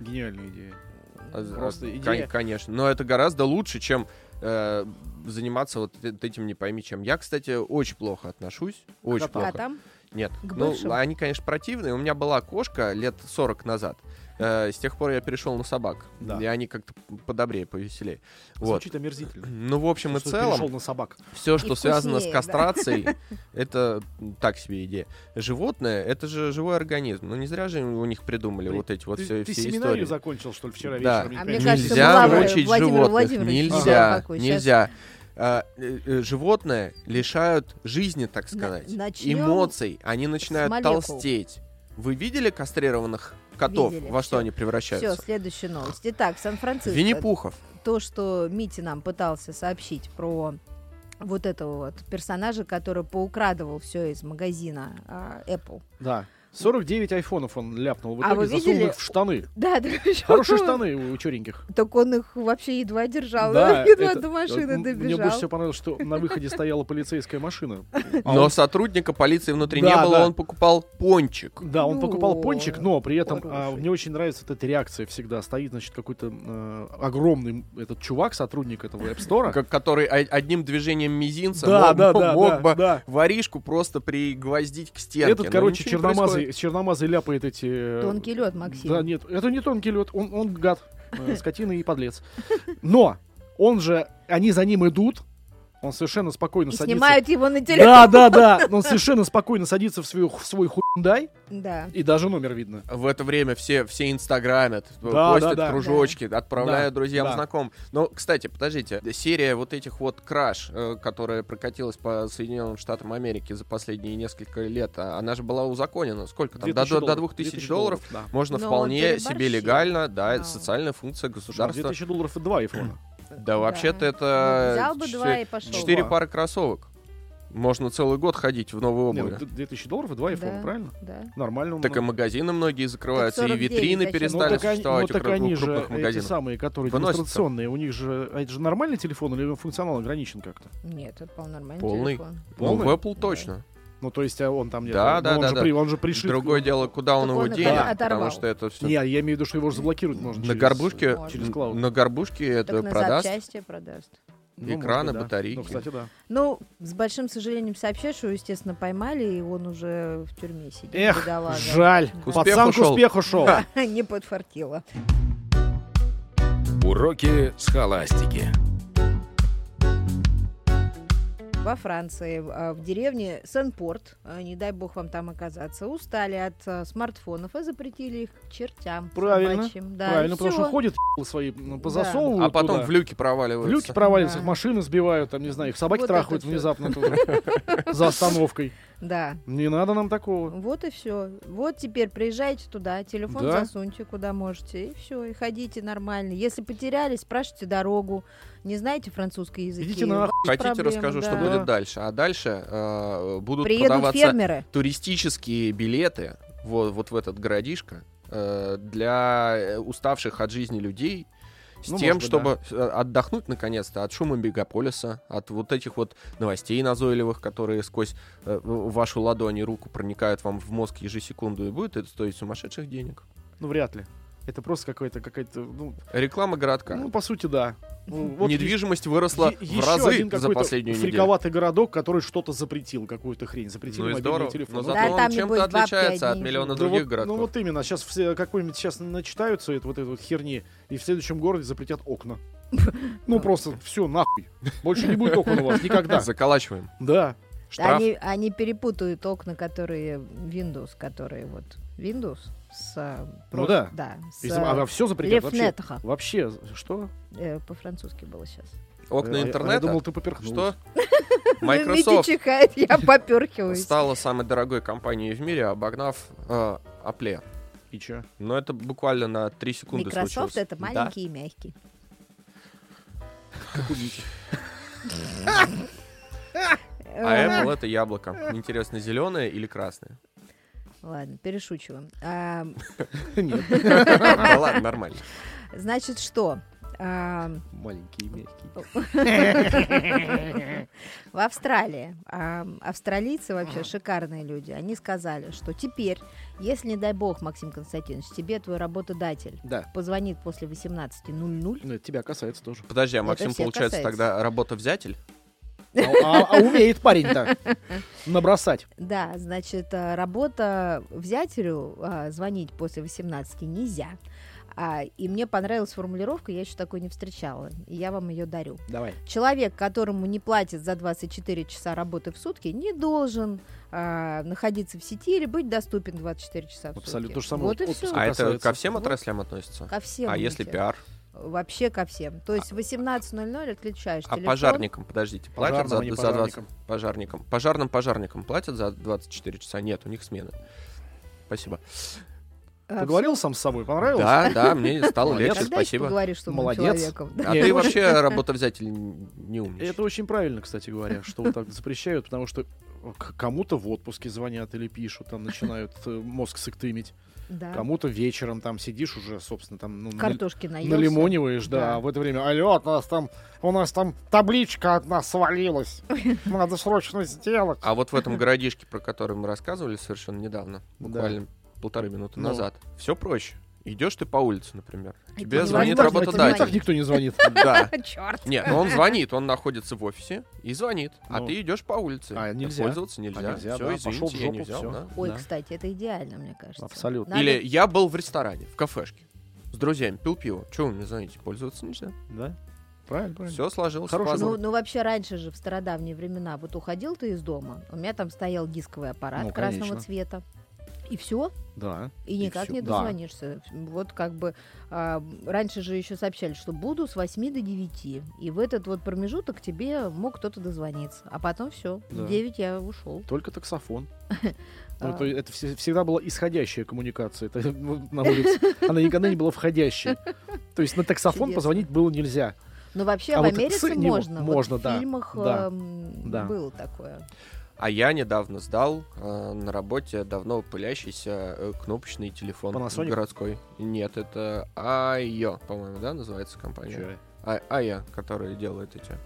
C: Гениальная идея.
A: А- а,
C: Просто
A: кон-
C: идея.
A: Конечно. Но это гораздо лучше, чем э, заниматься вот э- этим не пойми чем. Я, кстати, очень плохо отношусь. Очень
C: котам?
A: плохо.
B: А там?
A: Нет.
B: К
A: ну,
B: бывшим?
A: они, конечно, противные. У меня была кошка лет 40 назад. Э, с тех пор я перешел на собак.
C: Да.
A: И они как-то подобрее, повеселее. Вот.
C: Звучит омерзительно.
A: Ну, в общем и
C: Что ты перешел
A: целом,
C: на собак.
A: все, что
B: вкуснее,
A: связано с
B: да.
A: кастрацией, это так себе идея. Животное — это же живой организм. Ну, не зря же у них придумали
C: Ты-
A: вот эти вот
C: ты,
A: все,
C: ты
A: все
C: семинарию
A: истории.
C: закончил, что ли, вчера
A: Да.
C: вечером?
B: А
C: Я
B: мне
C: не
B: кажется,
A: нельзя
B: Влад-
A: мучить
B: Владимир
A: животных.
B: Владимирович
A: Нельзя,
B: успокой, щас.
A: нельзя. А, э, э, животные лишают жизни, так сказать,
B: начнём
A: эмоций. Они начинают
B: молекул.
A: толстеть. Вы видели кастрированных котов,
B: Видели,
A: во что
B: всё.
A: они
B: Все,
A: превращаются?
B: следующая новость. Итак, Сан-Франциско.
A: Винни-Пухов.
B: То, что Митя нам пытался сообщить про вот этого вот персонажа, который поукрадывал все из магазина а, Apple.
C: Да. 49 айфонов он ляпнул. В
B: А вы
C: итоге засунул
B: видели?
C: их в штаны.
B: Да, да, причём
C: Хорошие
B: он-
C: штаны у, у чёреньких.
B: Так он их вообще едва держал,
C: Да,
B: едва
C: это-
B: до
C: М-
B: машины
C: Мне больше
B: добежал.
C: всего понравилось, что на выходе стояла полицейская машина. А
A: Но
C: он-
A: сотрудника полиции внутри
C: Да,
A: не было,
C: да.
A: он покупал пончик.
C: Да, он покупал
B: Ну,
C: пончик, но при этом а,
B: хороший.
C: мне очень нравится вот эта реакция всегда. Стоит, значит, какой-то э, огромный этот чувак, сотрудник этого App Store.
A: Как- который о- одним движением мизинца
C: Да,
A: мог,
C: да,
A: мог-
C: да,
A: мог
C: да,
A: бы
C: да.
A: воришку просто пригвоздить к стенке.
C: Этот,
A: но
C: короче,
A: ничего не происходит.
C: черномазый, черномазый ляпает эти... э,
B: Тонкий лед, Максим.
C: Да, нет, это не тонкий лед, он, он гад, э, скотина и подлец. Но он же, они за ним идут, он совершенно спокойно
B: И
C: садится.
B: снимают его на телефон.
C: Да, да, да. Он совершенно спокойно садится в, свою, в свой хундай,
B: Да.
C: и даже номер видно.
A: В это время все, все инстаграмят, э,
C: Да,
A: постят
C: да, да.
A: кружочки, отправляют
C: Да,
A: друзьям,
C: да.
A: знакомым. Но, кстати, подождите, серия вот этих вот краш, э, которая прокатилась по Соединенным Штатам Америки за последние несколько лет, а она же была узаконена. Сколько там?
C: 2000
A: До, до, до
C: долларов.
A: 2000
C: 2000
A: долларов.
C: да.
A: Можно
B: Но он
A: вполне себе
B: переборщил.
A: легально, да, это
B: Да.
A: социальная функция
C: Слушай, а
A: государства.
C: 2000 долларов и два айфона.
A: Да, вообще-то
B: Ну,
A: это...
B: Взял бы
A: чё-
B: два и пошел.
A: Четыре
C: Ого.
A: пары кроссовок. Можно целый год ходить в новой
C: Не,
A: обуви.
C: ну, д- 2000 долларов и два айфона,
B: Да.
C: правильно?
B: Да.
C: Нормально.
A: Так и
C: ну,
A: магазины многие закрываются,
B: Так
A: и
B: 49
A: витрины
B: зачем?
C: ну,
A: перестали
C: так они- ну,
A: существовать у
C: так
A: кру-
C: они же
A: крупных
C: эти
A: магазинов.
C: самые, которые
A: Выносятся.
C: демонстрационные, у них же... а Это же нормальный телефон или функционал ограничен как-то?
B: Нет, это вполне нормальный
A: Полный.
B: телефон.
A: Ну, в
C: Полный?
A: Apple точно.
C: Ну, то есть а он там... где-то-
A: Да,
C: ну,
A: да,
C: он
A: да,
C: же
A: да.
C: при- Он же пришит...
A: Другое дело, куда он
B: Так
A: его
B: он их
A: денет, потому
B: оторвал.
A: что это все...
C: Не, я имею в виду, что его же заблокировать можно
A: на
C: через- э,
A: горбушке,
B: Можно.
C: через клауд.
A: на горбушке это
B: Так на
A: продаст.
B: запчасти продаст.
C: Ну, может
A: экраны,
C: быть, да.
A: батарейки.
C: Ну, кстати, да.
B: Ну, с большим сожалением сообщаю, что, его, естественно, поймали, и он уже в тюрьме сидит.
C: Эх,
B: бедолага.
C: жаль.
A: К
C: Пацан
A: успеху
C: к успеху шел.
B: Не подфартило.
D: Уроки схоластики.
B: Во Франции, а, в деревне Сен-Порт, а, не дай бог вам там оказаться, устали от а, смартфонов и запретили их к чертям
C: Правильно,
B: собачьим. Да,
C: Правильно,
B: и
C: потому что
B: всё.
C: ходят ебалы свои, ну,
B: Да.
C: позасовывают
A: А потом
C: туда.
A: в люки
C: В
A: проваливаются.
C: люки проваливаются,
B: Да.
C: их машины сбивают, там, не знаю, их собаки
B: Вот это
C: трахают
B: всё.
C: внезапно тоже. За остановкой.
B: Да.
C: Не надо нам такого.
B: Вот и все. Вот теперь приезжайте туда, телефон
C: Да.
B: засуньте куда можете, и все, и ходите нормально. Если потерялись, спрашивайте дорогу, не знаете французский язык.
C: Идите нахуй.
A: Хотите,
B: проблемы,
A: расскажу, что
B: да.
A: будет дальше. А дальше э, будут
B: Приедут
A: продаваться
B: фермеры.
A: туристические билеты вот, вот в этот городишко э, для э, уставших от жизни людей с
C: Ну,
A: тем,
C: может быть,
A: чтобы э, отдохнуть наконец-то от шума мегаполиса, от вот этих вот новостей назойливых, которые сквозь э, в- вашу ладонь и руку проникают вам в мозг ежесекунду, и будет это стоить сумасшедших денег.
C: Ну, вряд ли. Это просто какой-то, какая-то, ну,
A: Реклама городка.
C: ну, по сути, да. Ну, вот
A: Недвижимость
C: е-
A: выросла
C: е-
A: в
C: еще
A: разы
C: один
A: за
C: какой-то
A: последнюю неделю.
C: фриковатый городок, который что-то запретил, какую-то хрень. Запретил
A: Ну и
C: мобильный
A: здорово,
C: телефон.
A: но
C: Ну,
A: зато
B: Да,
A: он
B: там, небось,
A: чем-то
B: бабки
A: отличается от
B: одни.
A: миллиона
C: Да
A: других
C: вот-
A: городов.
C: Ну вот именно, сейчас все какой-нибудь сейчас начитаются это, вот этой вот херни, и в следующем городе запретят окна. Ну просто все, нахуй. Больше не будет окон у вас никогда.
A: Заколачиваем.
C: Да.
A: Штраф.
B: Они, они перепутают окна, которые Windows, которые вот Windows с... э,
C: Ну да.
B: Да, с,
C: И
B: э,
C: за- А все запретят вообще.
B: Лефнетха.
C: Вообще, что?
B: Э, по-французски было сейчас.
C: А
A: Окна
C: я- а
A: интернета.
C: Я думал, ты
A: Что?
C: поперхнулся.
A: Microsoft
B: Митя чихает, Ну, я поперхиваюсь.
A: стала самой дорогой компанией в мире, обогнав э, Apple.
C: И чё?
A: Но это буквально на 3 секунды
B: Microsoft
A: случилось.
B: это
A: Да.
B: маленький и мягкий.
A: А
C: А
B: Э,
A: А Apple это яблоко. Интересно, зеленое или красное?
B: Ладно, перешучиваем. А,
C: Нет,
A: Да ладно, нормально.
B: Значит, что? А,
C: маленький, мягкий.
B: В Австралии. а, Австралийцы вообще шикарные люди. Они сказали, что теперь, если, не дай бог, Максим Константинович, тебе твой работодатель
C: Да.
B: позвонит после 18.00,
C: Ну, это тебя касается тоже.
A: Подожди, а
B: Это
A: Максим,
B: всех
A: получается,
B: касается.
A: тогда работовзятель?
C: А- А а умеет парень-то набросать.
B: да, значит, а, работа взятелю а, звонить после 18 нельзя. А, И мне понравилась формулировка, я еще такой не встречала. И я вам ее дарю.
C: Давай.
B: Человек, которому не платят за 24 часа работы в сутки, не должен а, находиться в сети или быть доступен 24 часа в
C: Абсолютно
B: сутки.
C: то же самое.
B: Вот и
C: Отпуск.
B: все.
A: А это
C: касается.
A: ко всем отраслям относится?
B: Ко всем.
A: А если
B: Митя.
A: пиар?
B: Вообще ко всем. То есть в 18.00 отключаешь
A: А
B: телефон.
A: пожарникам, подождите, платят
C: Пожарным,
A: за
C: а не
A: за
C: пожарникам.
A: 20... Пожарникам. Пожарным пожарникам платят за 24 часа? Нет, у них смена. Спасибо.
B: А,
C: Поговорил сам с собой, понравилось?
A: Да, да, мне стало
B: всё.
A: легче,
B: Когда ещё
A: спасибо.
B: поговоришь с умным
C: Молодец.
B: человеком? Да.
A: А
C: Нет,
A: ты
C: это
A: вообще работовзятель не умничаешь.
C: Это очень правильно, кстати говоря, что вот так запрещают, потому что к- кому-то в отпуске звонят или пишут, там начинают э, мозг сыктымить,
B: Да.
C: кому-то вечером там сидишь уже, собственно, там ну, на-
B: Картошки наелся.
C: налимониваешь, да,
B: Да.
C: а в это время, алло, от нас там, у нас там табличка от нас свалилась, надо срочно сделать.
A: А вот в этом городишке, про который мы рассказывали совершенно недавно,
C: Да.
A: буквально полторы минуты
C: Ну.
A: назад, все проще. Идешь ты по улице, например.
B: Ай,
A: Тебе
B: понимаю.
A: звонит
B: Так, так,
C: Мне Ну, так
A: работодатель.
C: никто не звонит.
A: Да.
B: Черт.
A: Нет, ну он звонит, он находится в офисе и звонит, а
C: Ну.
A: ты идешь по улице.
C: А, нельзя.
A: Пользоваться нельзя.
C: А, нельзя,
A: Всё,
C: да,
A: извините,
C: пошёл в
A: я не
C: жопу,
A: взял,
C: всё.
A: да,
B: Ой,
A: да.
B: кстати, это идеально, мне кажется.
C: Абсолютно.
B: Надо-
A: Или я был в ресторане, в кафешке, с друзьями, пил пиво. Чего вы мне звоните? Пользоваться нельзя.
C: Да? Правильно,
A: Все сложилось. в
C: Хороший
A: пазл.
B: Ну, ну, вообще раньше же, в стародавние времена, вот уходил ты из дома, у меня там стоял дисковый аппарат
C: Ну,
B: красного
C: конечно.
B: цвета. И все,
C: Да.
B: и
C: И
B: никак
C: всё,
B: не
C: да.
B: дозвонишься. Вот как бы а, раньше же еще сообщали, что буду с 8 до 9. И в этот вот промежуток тебе мог кто-то дозвониться. А потом все.
C: Да.
B: В 9 я ушел.
C: Только таксофон.
B: А.
C: Ну, то есть это все- всегда была исходящая коммуникация это, ну, на улице. Она никогда не была входящей. То есть на таксофон
B: Чудесно.
C: позвонить было нельзя.
B: Но вообще
C: А
B: в
C: вот с
B: Америке
C: ним
B: можно. Вот
C: можно, да,
B: В фильмах
C: да,
B: эм,
C: да.
B: было такое.
A: А я недавно сдал э, на работе давно пылящийся э, кнопочный телефон
C: Panasonic?
A: городской. Нет, это Айо, по-моему, да, называется компания.
C: Чё,
A: А- Айо, которые делают эти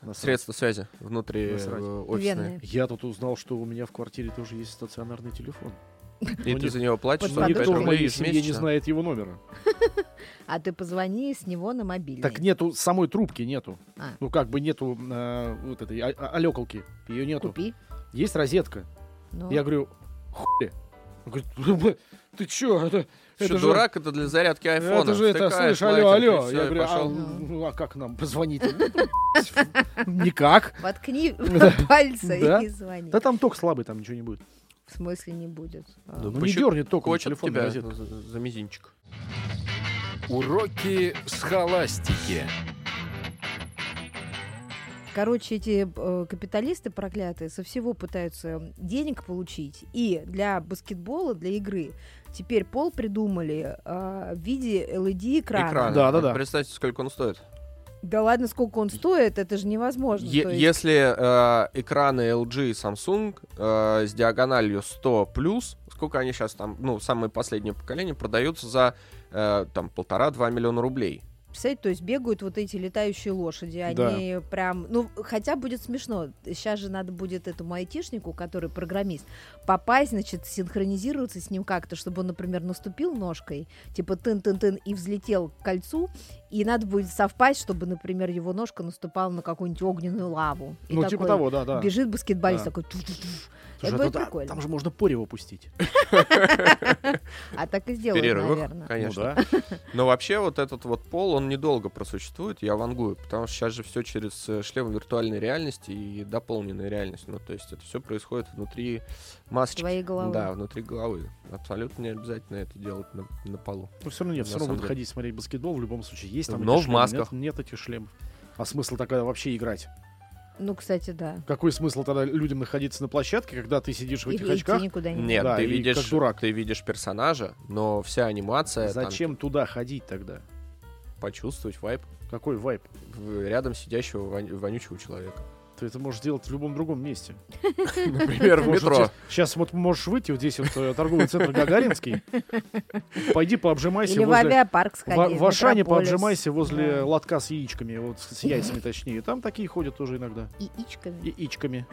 C: насрать.
A: средства связи внутри
C: Насрать.
A: э, офисные.
B: Венные.
C: Я тут узнал, что у меня в квартире тоже есть стационарный телефон.
A: И
C: У
A: ты
C: них-
A: за него платишь ну,
B: Под
C: Но
A: 45
C: никто в
A: рублей
C: моей
A: в
C: семье не
A: месяц.
C: знает его номера.
B: А ты позвони с него на мобильный.
C: Так нету, самой трубки нету.
B: А.
C: Ну, как бы нету э, вот этой а- а- алекалки. Ее нету.
B: Купи.
C: Есть розетка.
B: Ну,
C: Я говорю, хули. Он говорит, «Бля, бля, ты чё, это,
A: Ты
C: это
A: что,
C: же-
A: дурак, это для зарядки айфона.
C: Это же это,
A: Втыкаешь
C: слышь, алло,
A: лайтинг, и
C: алло.
A: всё,
C: Я
A: и
C: говорю, а,
A: пошёл.
C: ну, а как нам позвонить? Никак.
B: Воткни
C: Да.
B: пальцы
C: Да.
B: и звони.
C: Да там ток слабый, там ничего не будет.
B: В смысле не будет. А,
A: Да
C: Ну не
A: пощу-
C: дернет ток на
A: Хочет
C: телефонной
A: тебя
C: розетке.
A: за за мизинчик.
D: Уроки схоластики.
B: Короче, эти э, капиталисты проклятые со всего пытаются денег получить. И для баскетбола, для игры теперь пол придумали э, в виде LED-экрана.
A: Экран.
C: Да-да-да.
A: Представьте, сколько он стоит.
B: Да ладно, сколько он стоит, это же невозможно.
A: Е-
B: То есть-
A: Если э, экраны LG и Samsung э, с диагональю 100 плюс, сколько они сейчас там, ну, самое последнее поколение, продаются за э, там полтора-два миллиона рублей.
B: Представляете, то есть бегают вот эти летающие лошади, они прям, ну, хотя будет смешно, сейчас же надо будет этому айтишнику, который программист, попасть, значит, синхронизироваться с ним как-то, чтобы он, например, наступил ножкой, типа тын-тын-тын, и взлетел к кольцу, и надо будет совпасть, чтобы, например, его ножка наступала на какую-нибудь огненную лаву. И
C: Ну,
B: такой
C: типа того, да, да.
B: Бежит баскетболист
C: Да.
B: такой, «Туф-туф-туф».
C: Слушай, а
B: будет
C: тут, а,
B: прикольно.
C: Там же можно порево пустить. Ну
B: а так и
A: В
B: сделают,
A: перерывах,
B: наверное.
A: конечно.
C: Ну да.
A: Но вообще вот этот вот пол, он недолго просуществует, я вангую, потому что сейчас же все через э, шлем виртуальной реальности и дополненной реальности. Ну, то есть это все происходит внутри масочки.
B: Твоей головы.
A: Да, внутри головы. Абсолютно не обязательно это делать на, на полу.
C: Ну, все равно нет,
A: На
C: все равно
A: самом
C: будут
A: деле.
C: ходить смотреть баскетбол в любом случае. Есть там
A: Но
C: эти
A: в
C: шлемы,
A: масках.
C: Нет, нет этих шлемов. А смысл тогда вообще играть?
B: Ну, кстати, да.
C: Какой смысл тогда людям находиться на площадке, когда ты сидишь в
B: И
C: этих
B: идти
C: очках?
B: никуда не
A: Нет,
C: Да,
A: ты
C: и
A: видишь,
C: как дурак.
A: ты видишь персонажа, но вся анимация, там,
C: Зачем туда ходить тогда?
A: почувствовать вайб
C: Какой вайп?
A: в- рядом сидящего воню- вонючего человека.
C: Ты это можешь делать в любом другом месте.
A: Например, в метро.
C: Сейчас вот можешь выйти, вот здесь вот э, торговый центр Гагаринский. Пойди пообжимайся
B: Или в
C: возле...
B: авиапарк
C: В,
B: сходи.
C: А- в Ашане
B: Метрополис.
C: пообжимайся возле
B: Да.
C: лотка с яичками, вот с, с яйцами точнее. Там такие ходят тоже иногда.
B: Яичками.
C: Яичками.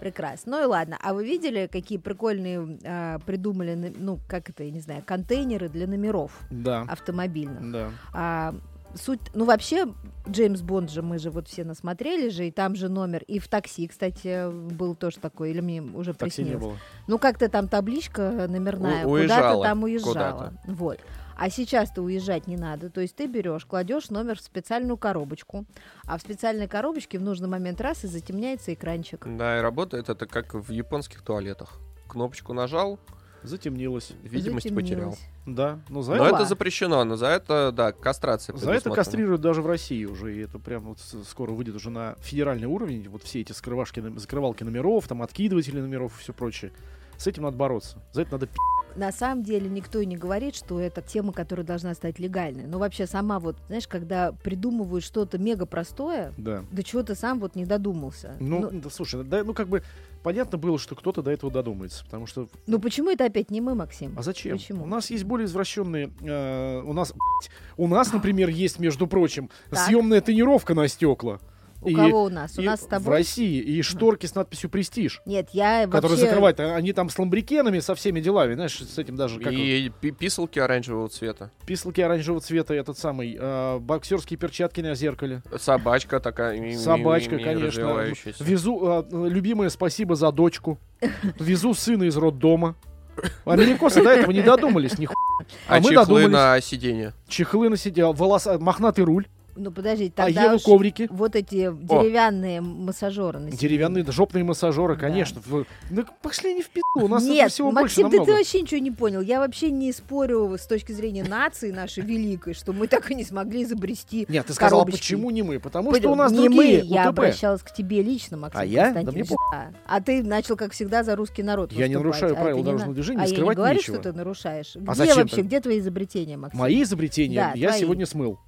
B: Прекрасно. Ну и ладно. А вы видели, какие прикольные а, придумали, на- ну, как это, я не знаю, контейнеры для номеров
C: Да.
B: автомобильных?
C: Да.
B: А, суть, ну, вообще, Джеймс Бонд же мы же вот все насмотрели же, и там же номер. И в такси, кстати, был тоже такой, или мне уже
C: Такси не
B: приснилось.
C: было.
B: Ну, как-то там табличка номерная,
A: У-
B: куда-то
A: уезжала,
B: там уезжала.
A: куда-то.
B: Вот. А сейчас-то уезжать не надо. То есть ты берешь, кладешь номер в специальную коробочку, а в специальной коробочке в нужный момент раз и затемняется экранчик.
A: Да, и работает это как в японских туалетах. Кнопочку нажал,
C: Затемнилось.
A: видимость потерял.
B: Затемнилось.
C: Да. Но за
A: Но
C: Ну, это,
B: Ладно.
A: это запрещено, но за это, да, кастрация
C: за это
A: предусмотрена.
C: кастрируют даже в России уже. И это прям вот с- скоро выйдет уже на федеральный уровень. Вот все эти скрывашки, ном- закрывалки номеров, там откидыватели номеров и все прочее. С этим надо бороться. За это надо пи***ть
B: на самом деле никто и не говорит, что это тема, которая должна стать легальной. Но вообще сама вот, знаешь, когда придумывают что-то мега простое,
C: Да.
B: до чего ты сам вот не додумался.
C: Ну, да, слушай, да, ну как бы понятно было, что кто-то до этого додумается, потому что
B: ну почему это опять не мы, Максим?
C: А зачем?
B: Почему?
C: У нас есть более извращенные. э, у нас, блядь, у нас, например, есть, между прочим,
B: Так.
C: съемная тонировка на стекла.
B: У
C: И-
B: кого у нас? У
C: И
B: нас с
C: в
B: тобой.
C: России и шторки с надписью "Престиж",
B: Нет, я
C: которые
B: вообще...
C: закрывают. а Они там с ламбрикенами, со всеми делами, знаешь, с этим даже как его,
A: И пи- писалки оранжевого цвета.
C: писалки оранжевого цвета, этот самый э, боксерские перчатки на зеркале,
A: Собачка такая. ми- ми- ми-
C: собачка,
A: ми-
C: конечно.
A: развивающаяся.
C: Везу э, любимое спасибо за дочку. Везу сына из роддома. Америкосы до этого не додумались, нихуя.
A: А,
C: А мы
A: чехлы
C: додумались.
A: на сиденье.
C: Чехлы на сидел, волоса, мохнатый руль,
B: Ну подожди,
C: а
B: тогда
C: еду
B: уж
C: коврики.
B: вот эти деревянные массажеры на себе.
C: Деревянные да, жопные массажеры,
B: Да.
C: конечно. В- Ну, пошли они в пизду. У нас этого
B: Нет,
C: всего
B: Максим,
C: больше
B: да ты
C: намного.
B: вообще ничего не понял. Я вообще не спорю с точки зрения нации нашей великой, что мы так и не смогли изобрести.
C: Нет, ты сказала,
B: коробочки.
C: почему не мы? Потому
B: Пойдем,
C: что у нас
B: не
C: другие
B: мы, я
C: УТП.
B: обращалась к тебе лично, Максим
C: А я? Да
B: Константинович.
C: мне
B: Да. А ты начал, как всегда, за русский народ
C: Я не
B: выступать.
C: нарушаю
B: А
C: правила
B: это не на-
C: дорожного движения,
B: А я не
C: скрывать
B: говорю,
C: нечего. А
B: что ты нарушаешь. Где
C: зачем
B: вообще,
C: так?
B: где твои изобретения, Максим?
C: Мои изобретения
B: Да,
C: я
B: твои.
C: сегодня смыл.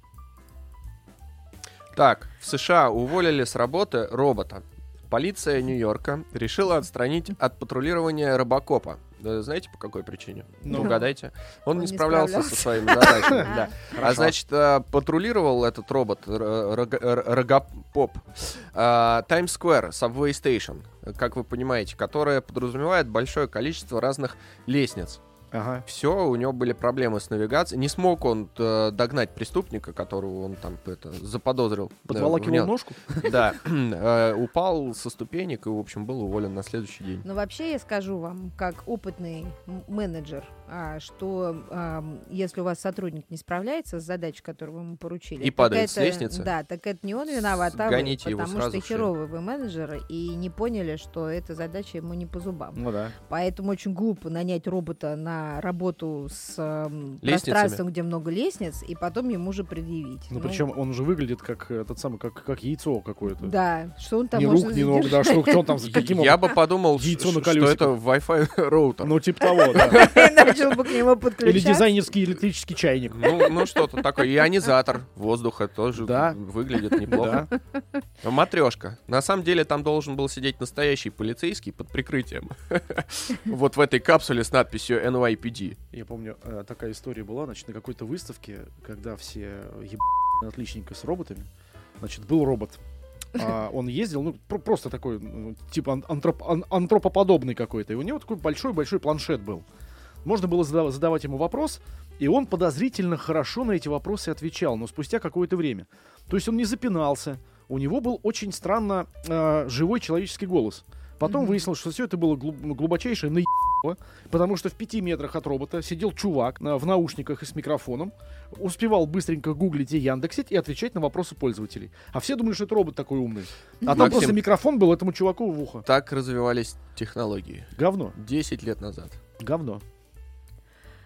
A: Так, в США уволили с работы робота. Полиция Нью-Йорка решила отстранить от патрулирования робокопа. Да, Знаете, по какой причине?
C: Ну.
A: Угадайте. Он,
B: Он
A: не
B: не
A: справлялся со
B: справлялся.
A: своими задачами. да. А
C: Хорошо.
A: значит, э, патрулировал этот робот р- рога- р- Рогопоп э, Times Square, Subway Station, как вы понимаете, которая подразумевает большое количество разных лестниц.
C: Ага.
A: Все, у него были проблемы с навигацией. Не смог он э, догнать преступника, которого он там это, заподозрил. э, в
C: Подволакивал
A: нем.
C: ножку.
A: Да, Э, упал со ступенек и, в общем, был уволен на следующий день.
B: Но вообще я скажу вам, как опытный м- менеджер, а, что ам, если у вас сотрудник не справляется с задачей, которую вы ему поручили,
A: И
B: так
A: падает с
B: это-
A: лестницы?
B: Да, так это не он виноват, а вы,
A: Сгоните его
B: потому
A: сразу
B: что
A: в шею.
B: херовый вы менеджеры и не поняли, что эта задача ему не по зубам.
C: Ну да.
B: Поэтому очень глупо нанять робота на работу с ам,
A: Лестницами.
B: пространством, где много лестниц, и потом ему же предъявить.
C: Ну, причем он уже выглядит как э, тот самый, как, как яйцо какое-то.
B: Да, что он там
C: ни
B: может
C: рук, ни ног, да,
B: задержать?
C: что, кто он там, каким
A: Я бы подумал, ш-
C: Яйцо на
A: ш- что
C: колесиках.
A: это Wi-Fi
C: он?
A: роутер.
C: Ну, типа того, да.
B: И начал бы к нему
C: Или
B: подключаться.
C: дизайнерский электрический чайник.
A: Ну, ну что-то такое. Ионизатор воздуха тоже
C: Да.
A: выглядит неплохо.
C: Да.
A: Матрешка. На самом деле там должен был сидеть настоящий полицейский под прикрытием. Вот в этой капсуле с надписью NYPD.
C: Я помню, э, такая история была, значит, на какой-то выставке, когда все еб... отличненько с роботами, значит, был робот. А он ездил, ну, про- просто такой, ну, типа ан- антроп- ан- антропоподобный какой-то. И у него такой большой-большой планшет был. Можно было задав- задавать ему вопрос, и он подозрительно хорошо на эти вопросы отвечал, но спустя какое-то время. То есть он не запинался, у него был очень странно э, живой человеческий голос. Потом
B: Мгм.
C: выяснилось, что все это было глуб- глубочайшее наеб... Потому что в пяти метрах от робота сидел чувак на- в наушниках и с микрофоном, успевал быстренько гуглить и яндексить и отвечать на вопросы пользователей. А все думали, что это робот такой умный. А там
A: Максим.
C: просто микрофон был этому чуваку в ухо.
A: Так развивались технологии.
C: Говно.
A: 10 лет назад.
C: Говно.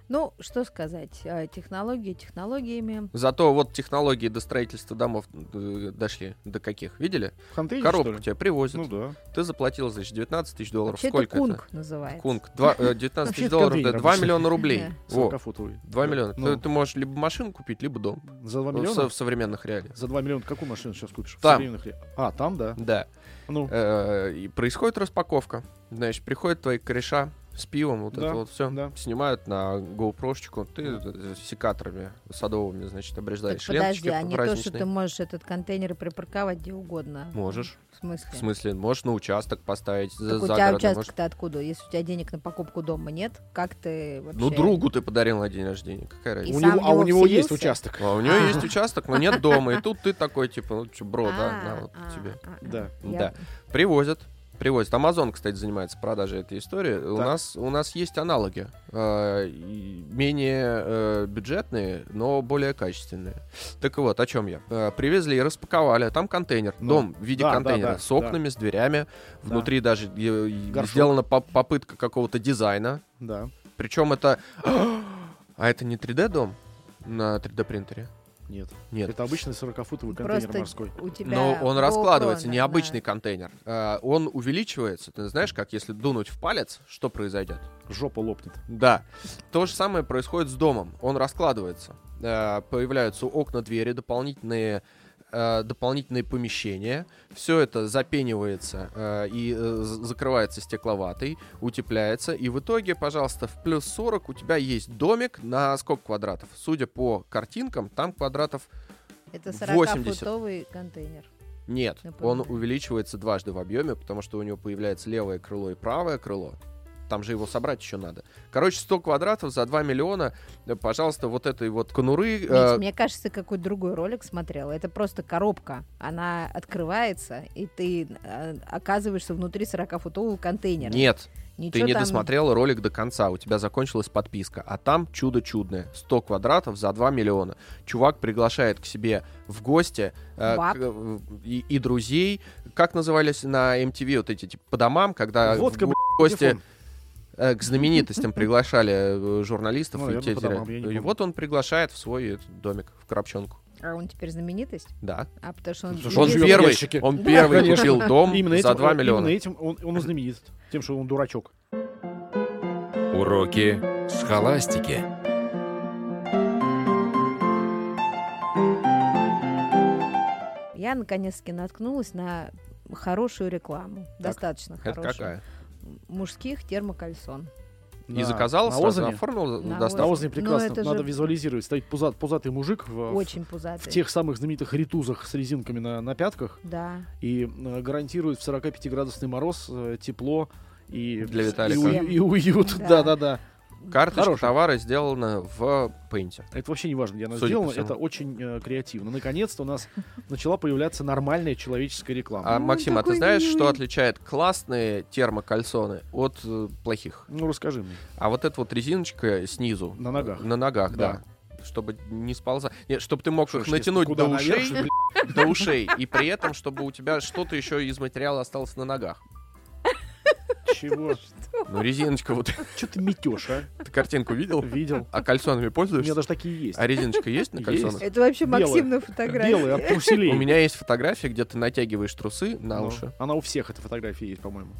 B: Ну, что сказать, а, технологии технологиями.
A: Зато вот технологии до строительства домов э, дошли. До каких? Видели?
C: Хантей,
A: Коробку тебе привозят.
C: Ну да.
A: Ты заплатил, значит, 19 тысяч долларов.
B: Вообще
A: Сколько
B: это кунг
A: это?
B: называется.
A: Кунг. Два- э, 19
C: Вообще
A: тысяч
C: это
A: долларов,
C: контейнер
A: 2
C: обычно.
A: миллиона рублей. Во,
C: 40-футовый.
A: 2 миллиона.
C: Ну,
A: Ты, ты можешь либо машину купить, либо дом.
C: за 2
A: В-
C: миллиона?
A: в современных реалиях.
C: За 2 миллиона какую машину сейчас купишь? В
A: Там.
C: современных ре- А, там, да.
A: Да.
C: Ну,
A: Э, И происходит распаковка. Значит, приходят твои кореша с пивом, вот
C: Да,
A: это вот все.
C: да.
A: Снимают на GoPro-шечку. Ты э, секаторами садовыми, значит,
B: Так
A: обреждаешь ленточки
B: подожди, а не то, что
A: праздничные.
B: ты можешь этот контейнер припарковать где угодно.
A: Можешь.
B: В смысле?
A: В смысле, можешь на участок поставить за,
B: Так
A: за
B: у тебя
A: городом,
B: участок-то
A: можешь-
B: откуда? Если у тебя денег на покупку дома нет, как ты вообще...
A: Ну, другу ты подарил на день рождения. Какая разница?
C: у
B: сам
C: него, а
B: в
C: у
B: него
C: него есть
B: вселился?
C: участок.
A: А у нее есть участок, но нет дома. И тут ты такой, типа, ну, чё, бро, да,
B: А,
A: на, вот
B: а,
A: тебе.
B: а, а.
C: Да.
A: Да. Привозят. Привозят. Амазон, кстати, занимается продажей этой истории. У,
C: Так.
A: нас, у нас есть аналоги. э, и менее э, бюджетные, но более качественные. Так вот, о чем я. Э, привезли и распаковали. Там контейнер.
C: Ну,
A: дом в виде
C: да, да,
A: контейнера.
C: да,
A: с
C: да.
A: окнами, с дверями.
C: Да.
A: Внутри даже э, и
C: Горшок.
A: сделана по- попытка какого-то дизайна.
C: Да.
A: Причем это... А это не 3D-дом на 3D-принтере?
C: Нет.
A: Нет.
C: Это обычный 40-футовый контейнер
B: Просто
C: морской.
B: у тебя...
A: Но он
B: GoPro,
A: раскладывается,
B: наверное.
A: необычный контейнер. Э, Он увеличивается. Ты знаешь, как если дунуть в палец, что произойдет?
C: жопа лопнет.
A: Да. То же самое происходит с домом. Он раскладывается. Э, Появляются окна, двери, дополнительные э, дополнительные помещения. Все это запенивается э, и э, з- закрывается стекловатой, утепляется. И в итоге, пожалуйста, в плюс 40 у тебя есть домик на сколько квадратов? Судя по картинкам, там квадратов
B: Это
A: 80.
B: 40-футовый контейнер.
A: нет. Он
B: Напоминаю.
A: увеличивается дважды в объеме, потому что у него появляется левое крыло и правое крыло. Там же его собрать еще надо. Короче, 100 квадратов за 2 миллиона. Э, Пожалуйста, вот этой вот конуры. э,
B: Мить, мне кажется, ты какой-то другой ролик смотрела. Это просто коробка. Она открывается, и ты э, оказываешься внутри 40-футового контейнера.
A: Нет,
B: Ничего
A: ты не
B: там-
A: досмотрела ролик до конца. У тебя закончилась подписка. А там чудо чудное. 100 квадратов за 2 миллиона. Чувак приглашает к себе в гости э,
B: Баб.
A: к- э, и, и друзей. Как назывались на MTV вот эти типа, по домам, когда в
C: Водка,
A: го-
C: блядь,
A: гости...
C: телефон.
A: э, к знаменитостям приглашали э, журналистов.
C: Ну,
A: и,
C: наверное,
A: те
C: по
A: теряют.
C: домам, я не
A: и
C: помню.
A: вот он приглашает в свой э, домик, в Коробчонку.
B: А он теперь знаменитость?
A: Да.
B: А потому что он...
C: Потому что
A: Он
C: живет в
A: первый,
C: ящике.
A: он
B: Да,
A: первый
C: конечно.
A: купил дом
C: Именно этим,
A: за 2
C: именно
A: миллиона.
C: этим он, он и знаменит. Тем, что он дурачок.
D: Уроки схоластики.
B: Я наконец-таки наткнулась на хорошую рекламу. Достаточно
A: Это
B: хорошую.
A: какая?
B: Мужских термокальсон.
A: И
C: На-
A: заказал
C: на
A: сразу,
C: Озоне?
A: оформил
B: На
A: доставку?
C: На Озоне
B: Но
C: прекрасно.
B: ну, это же-
C: Надо визуализировать. Стоит пузат, пузатый мужик в,
B: Очень
C: в
B: пузатый.
C: тех самых знаменитых ритузах с резинками на, на пятках
B: Да.
C: и э, гарантирует в 45-градусный мороз э, тепло и,
A: Для
C: и
A: Виталика.
C: у- и уют.
B: Да.
C: Да-да-да.
A: Карточка
C: Хороший.
A: товара сделана в Paint.
C: Это вообще не важно, где она
A: Судя по
C: сделана.
A: всему.
C: Это очень э, креативно. Наконец-то у нас начала появляться нормальная человеческая реклама.
A: А,
B: Ну,
A: Максим, а ты
B: такой
A: знаешь, что
B: милый.
A: отличает классные термокальсоны от э, плохих?
C: Ну, расскажи мне.
A: А вот эта вот резиночка снизу.
C: На ногах.
A: На ногах, да. Чтобы не сползать. Нет, чтобы ты мог их
C: Слушай, если
A: натянуть
C: куда
A: до
C: наверх,
A: ушей,
C: что ли,
A: до ушей. И при этом, чтобы у тебя что-то еще из материала осталось на ногах.
C: блядь, Чего?
A: Ну, резиночка, вот
C: Что ты метешь, а?
A: ты картинку видел?
C: Видел?
A: А кальсонами
C: У меня
A: пользуешься?
C: даже такие есть.
A: А резиночка есть на
C: Есть.
A: кальсонах?
B: Это вообще
C: Белая.
B: Максим на фотографии.
C: Белые от труселей.
A: У меня есть фотография, где ты натягиваешь трусы на
C: Ну,
A: уши.
C: Она у всех эта фотография есть, по-моему.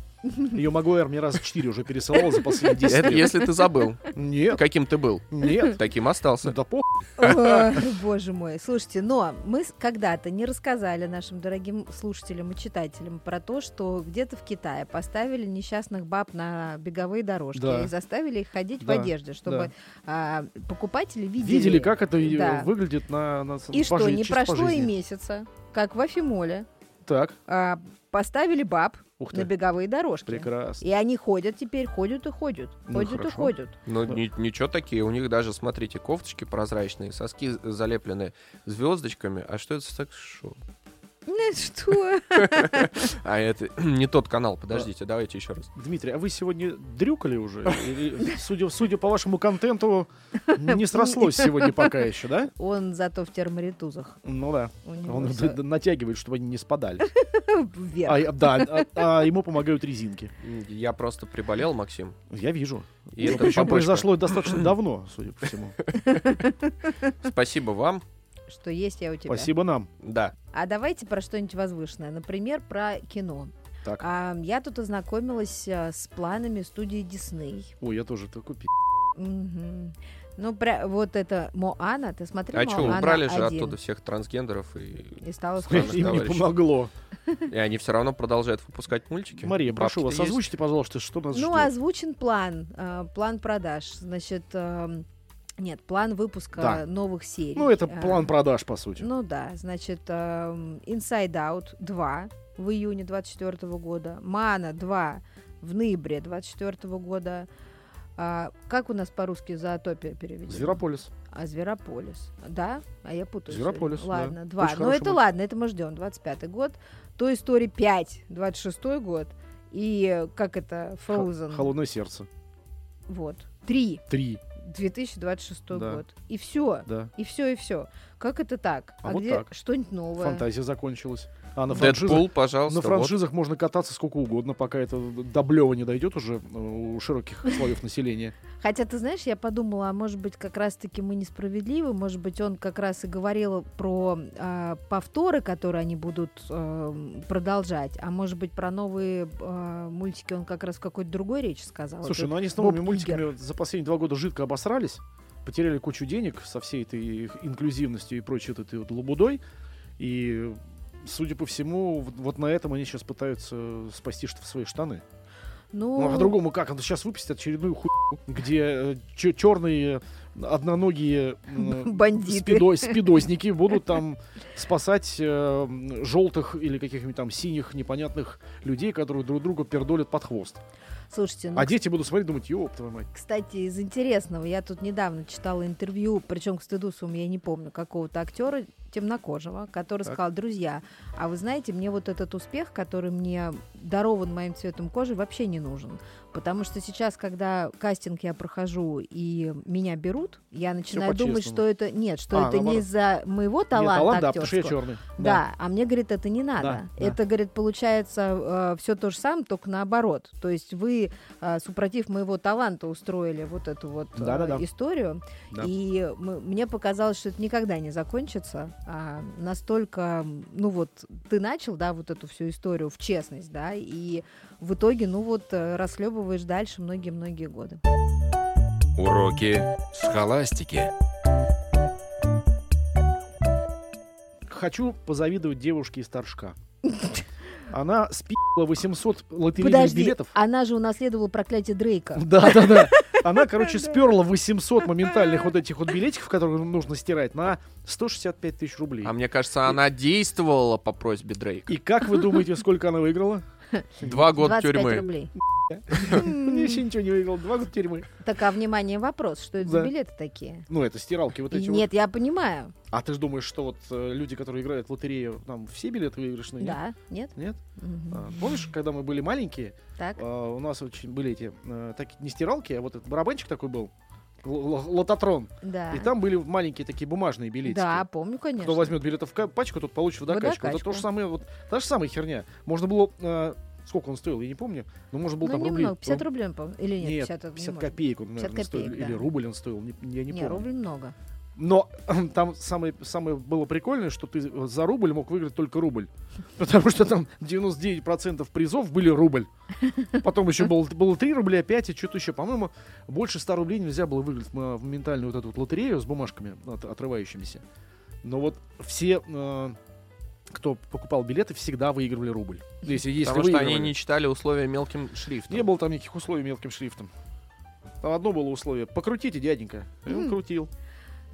C: Ее Магуэр мне раз четыре уже пересылал за последние 10
A: Это
C: лет.
A: если ты забыл.
C: Нет,
A: Каким ты был?
C: нет.
A: Таким остался.
C: Да пох.
B: Ой, боже мой. Слушайте, но мы с- когда-то не рассказали нашим дорогим слушателям и читателям про то, что где-то в Китае поставили несчастных баб на беговые дорожки
C: Да.
B: и заставили их ходить
C: Да,
B: в одежде, чтобы а, покупатели видели.
C: Видели, как это и-
B: Да.
C: выглядит на, на с-
B: И что,
C: по жизни,
B: не
C: чисто по
B: прошло и
C: жизни.
B: месяца, как в Афимоле
C: Так,
B: а, поставили баб
C: ух
B: на
C: ты,
B: беговые дорожки.
C: прекрасно.
B: И они ходят теперь, ходят и ходят,
C: Ну,
B: ходят и
C: хорошо.
B: ходят.
A: Ну,
C: Да.
A: ни- ничего такие. У них даже, смотрите, кофточки прозрачные, соски з- залеплены звездочками. А что это за так шо?
B: Ну, что?
A: А это не тот канал. Подождите, давайте еще раз.
C: Дмитрий, а вы сегодня дрюкали уже? Или, судя, судя по вашему контенту, не срослось сегодня пока еще, да?
B: Он зато в терморитузах.
C: Ну да.
B: У него
C: Он
B: всё
C: д- натягивает, чтобы они не спадали.
B: вверх.
C: А, да, а- а ему помогают резинки.
A: Я просто приболел, Максим.
C: Я вижу.
A: И это
C: Причем
A: побочка.
C: произошло достаточно давно, судя по всему.
A: Спасибо вам.
B: что есть я у тебя.
C: Спасибо нам.
A: Да.
B: А давайте про что-нибудь возвышенное. Например, про кино.
C: Так.
B: А, я тут ознакомилась а, с планами студии Дисней.
C: Ой, я тоже такой пи***.
B: Мгм. Ну, про, вот это Моана, ты смотрел
A: А что,
B: Моана
A: убрали же
B: 1?
A: оттуда всех трансгендеров, и,
B: И стало
A: Странных
C: Им не
A: товарищей.
C: помогло.
A: и они все равно продолжают выпускать мультики.
C: Мария, прошу
A: Бабки-то
C: вас,
A: есть.
C: озвучьте, пожалуйста, что нас
B: Ну,
C: ждет.
B: озвучен план. а, план продаж. Значит, ам, нет, план выпуска
C: Да.
B: новых серий.
C: Ну, это
B: А,
C: план продаж, по сути.
B: Ну да, значит, эм, Inside Out 2 в июне 24 года, Мана 2 в ноябре 24 года. А, как у нас по-русски зоотопия переведено?
C: Зверополис.
B: А, Зверополис. Да? А я путаю. всё
C: Зверополис,
B: время. Ладно,
C: да.
B: два.
C: Очень
B: ну
C: хороший
B: это
C: мульт.
B: ладно, это мы ждем. 25 год. Той истории 5, 26 год. И э, как это,
C: Х-
B: Frozen.
C: Холодное сердце.
B: Вот. 3,
C: Три,
B: 2026
C: Да.
B: год. И все.
C: да.
B: И все, и все. Как это так?
C: А вот
B: где
C: так.
B: что-нибудь новое?
C: Фантазия закончилась. А на франшизах,
A: Дэдпул, пожалуйста.
C: на франшизах можно кататься сколько угодно, пока это до блева не дойдет уже э, у широких слоев населения.
B: Хотя, ты знаешь, я подумала, а может быть, как раз-таки мы несправедливы, может быть, он как раз и говорил про а, повторы, которые они будут а, продолжать, а может быть, про новые а, мультики он как раз в какой-то другой речи сказал.
C: Слушай,
B: Это
C: ну они с
B: Боб
C: новыми
B: Игер.
C: мультиками вот за последние два года жидко обосрались, потеряли кучу денег со всей этой их инклюзивностью и прочей вот этой вот лабудой. И, судя по всему, вот, вот на этом они сейчас пытаются спасти что свои штаны.
B: ну,
C: Ну, а по-другому как? Он сейчас выпустит очередную хуйню, где черные одноногие м,
B: Бандиты.
C: спидо- спидозники будут там спасать желтых или каких-нибудь там синих непонятных людей, которые друг друга пердолят под хвост.
B: слушайте, ну,
C: А дети будут смотреть и думать, ёб твою мать.
B: Кстати, из интересного, я тут недавно читала интервью, причем к стыду своему я не помню, какого-то актера темнокожего, который
C: Так.
B: сказал, друзья, а вы знаете, мне вот этот успех, который мне дарован моим цветом кожи, вообще не нужен. Потому что сейчас, когда кастинг я прохожу и меня берут, я начинаю думать,
C: по-честному.
B: что это... Нет, что
C: А,
B: это не
C: наоборот.
B: из-за моего
C: Нет,
B: таланта
C: талант, да, потому что я
B: актерского.
C: черный.
B: Да, а мне, говорит, это не надо.
C: Да, да.
B: Это, говорит, получается все то же самое, только наоборот. То есть вы, э, супротив моего таланта, устроили вот эту вот э,
C: Да-да-да.
B: историю.
C: Да.
B: И м- мне показалось, что это никогда не закончится. А, настолько, м, ну вот, ты начал, да, вот эту всю историю в честность, да, и в итоге, ну вот, расхлебываешь дальше многие-многие годы.
D: Уроки схоластики.
C: Хочу позавидовать девушке из Торжка. Она спила 800 лотерейных
B: Подожди,
C: билетов.
B: она же унаследовала проклятие Дрейка.
C: Да, да, да. Она, короче, сперла 800 моментальных вот этих вот билетиков, которые нужно стирать, на 165 тысяч рублей.
A: А мне кажется, она действовала по просьбе Дрейка.
C: И как вы думаете, сколько она выиграла?
A: Два года
B: 25
A: тюрьмы.
B: рублей.
C: Мне вообще ничего не выиграла. Два года тюрьмы.
B: Так, а внимание, вопрос, что это за
C: Да.
B: билеты такие?
C: Ну, это стиралки вот
B: И
C: эти
B: Нет, я понимаю.
C: вот. А ты же думаешь, что вот э, люди, которые играют в лотерею, там все билеты выигрышные? Ну,
B: Да,
C: нет?
B: нет.
C: Нет?
B: Мгм.
C: А, Помнишь, когда мы были маленькие,
B: Так.
C: А, у нас очень были эти, э, так, не стиралки, а вот этот барабанчик такой был, л- л- лототрон.
B: Да.
C: И там были маленькие такие бумажные билетики.
B: Да, помню, конечно.
C: Кто возьмет билетов в ка- пачку, тот получит водокачку. Это
B: Водокачку.
C: то же самое, вот, та же самая херня. Можно было, э, сколько он стоил, я не помню, но можно было
B: Ну,
C: там
B: немного,
C: рублей.
B: 50
C: по-
B: рублей, по или нет?
C: Нет,
B: 50, это не
C: 50
B: может.
C: копеек он, наверное,
B: 50 копеек,
C: стоил. Или
B: да.
C: рубль он стоил, не- я не
B: Не,
C: помню.
B: рубль много.
C: Но там самое, самое было прикольное, что ты за рубль мог выиграть только рубль. Потому что там 99% призов были рубль. Потом еще было, было 3 рубля, 5 и что-то еще. По-моему, больше 100 рублей нельзя было выиграть на- в ментальную вот эту вот лотерею с бумажками от- отрывающимися. Но вот все, э, кто покупал билеты, всегда выигрывали рубль. Ну, Если, если
A: Потому что они
C: выигрывали.
A: не читали условия мелким
C: Не
A: шрифтом.
C: было там никаких условий мелким шрифтом. Там одно было условие. Покрутите, дяденька. И он
B: М.
C: крутил.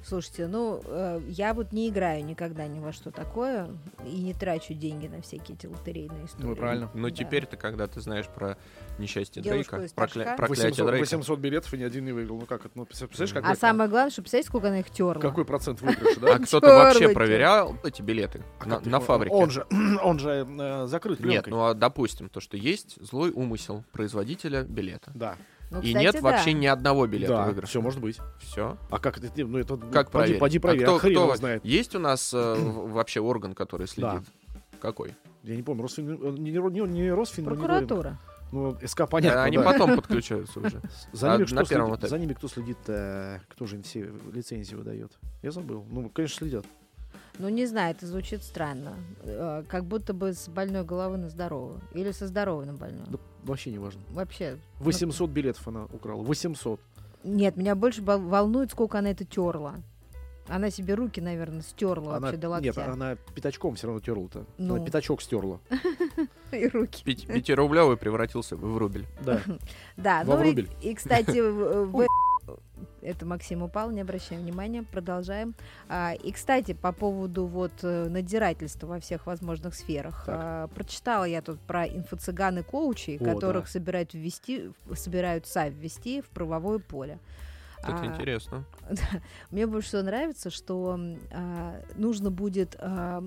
B: Слушайте, ну, э, я вот не играю никогда ни во что такое и не трачу деньги на всякие эти лотерейные истории.
C: Ну, правильно.
A: Но
B: Да.
A: теперь-то, когда ты знаешь про несчастье
B: Девушку
A: Дрейка,
B: из
A: прокля-
B: Торжка.
A: проклятие
C: 800,
A: Дрейка,
C: 800 билетов и ни один не выиграл. Ну как это? Ну, представляешь, какой,
B: А самое главное, что представляете, сколько она их терла.
C: какой процент выигрыша, да?
A: а кто-то вообще
B: Тёрлочки.
A: проверял эти билеты
C: А
A: на,
C: как ты
A: на
C: их-
A: фабрике?
C: Он же, он же э, закрыт
A: Нет,
C: пленкой.
A: ну а допустим, то, что есть злой умысел производителя билета.
C: Да,
B: Ну,
A: И
B: кстати,
A: нет
B: да.
A: вообще ни одного билета
C: да,
A: выигрыша.
C: все может быть.
A: Все.
C: А как это? Ну это
A: Как
C: поди,
A: проверить?
C: поди
A: А
C: проверь,
A: кто-
C: а хрен
A: кто
C: его
A: во-
C: знает.
A: Есть у нас э, в- вообще орган, который следит? Какой?
C: Я не помню, Росфин, э, не, не, не Росфин,
B: Прокуратура.
C: Ну СК понятно.
A: Они
C: да.
A: потом подключаются уже.
C: За ними,
A: а,
C: кто
A: на первом
C: следит,
A: этапе.
C: за ними кто следит, э, кто же им все лицензии выдает? Я забыл. Ну, конечно, следят.
B: Ну, не знаю, это звучит странно. Э, Как будто бы с больной головы на здоровую. Или со здоровой на больную.
C: Да вообще не важно.
B: Вообще,
C: 800 билетов она украла. 800.
B: Нет, меня больше бол- волнует, сколько она это терла. Она себе руки, наверное, стерла
C: она,
B: вообще до локтя.
C: нет, она пятачком все равно терла-то.
B: Ну.
C: Она пятачок стерла. а
B: И руки.
A: Пяти- Пятирублевый превратился в рубль.
C: Да.
B: Да,
C: Во
B: ну и-
C: врубель.
B: и, кстати, в- в- это Максим упал, не обращаем внимания, продолжаем. А, и, кстати, по поводу вот э, надирательства во всех возможных сферах.
C: Так.
B: А, прочитала я тут про инфо-цыган и коучей,
C: О,
B: которых
C: да.
B: собирают ввести, собираются ввести в правовое поле.
A: Это
B: А,
A: интересно.
B: Мне больше всего нравится, что м, а, нужно будет а,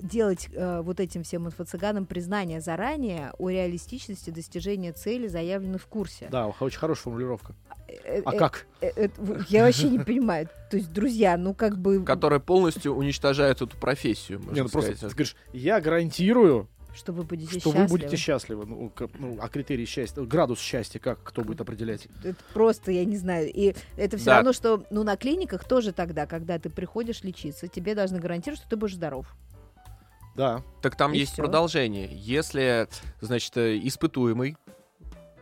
B: делать э, вот этим всем инфо-цыганам признание заранее о реалистичности достижения цели, заявленной в курсе.
C: Да, очень хорошая формулировка.
B: э,
C: А
B: э,
C: как?
B: э, э, в- Я вообще не понимаю. То есть, друзья, ну как бы,
A: Которые полностью уничтожают эту профессию,
C: Не,
A: можно
C: ну просто
A: сказать. а?
C: ты говоришь, я гарантирую,
B: что вы будете
C: что вы будете
B: счастливы.
C: счастливы. Ну, к- ну, а критерий счастья, градус счастья, как кто будет определять?
B: Это просто, я не знаю. И это все
A: Да.
B: равно, что ну, на клиниках тоже тогда, когда ты приходишь лечиться, тебе должны гарантировать, что ты будешь здоров.
C: Да.
A: Так там
B: И
A: есть
B: всё.
A: продолжение. Если, значит, э, испытуемый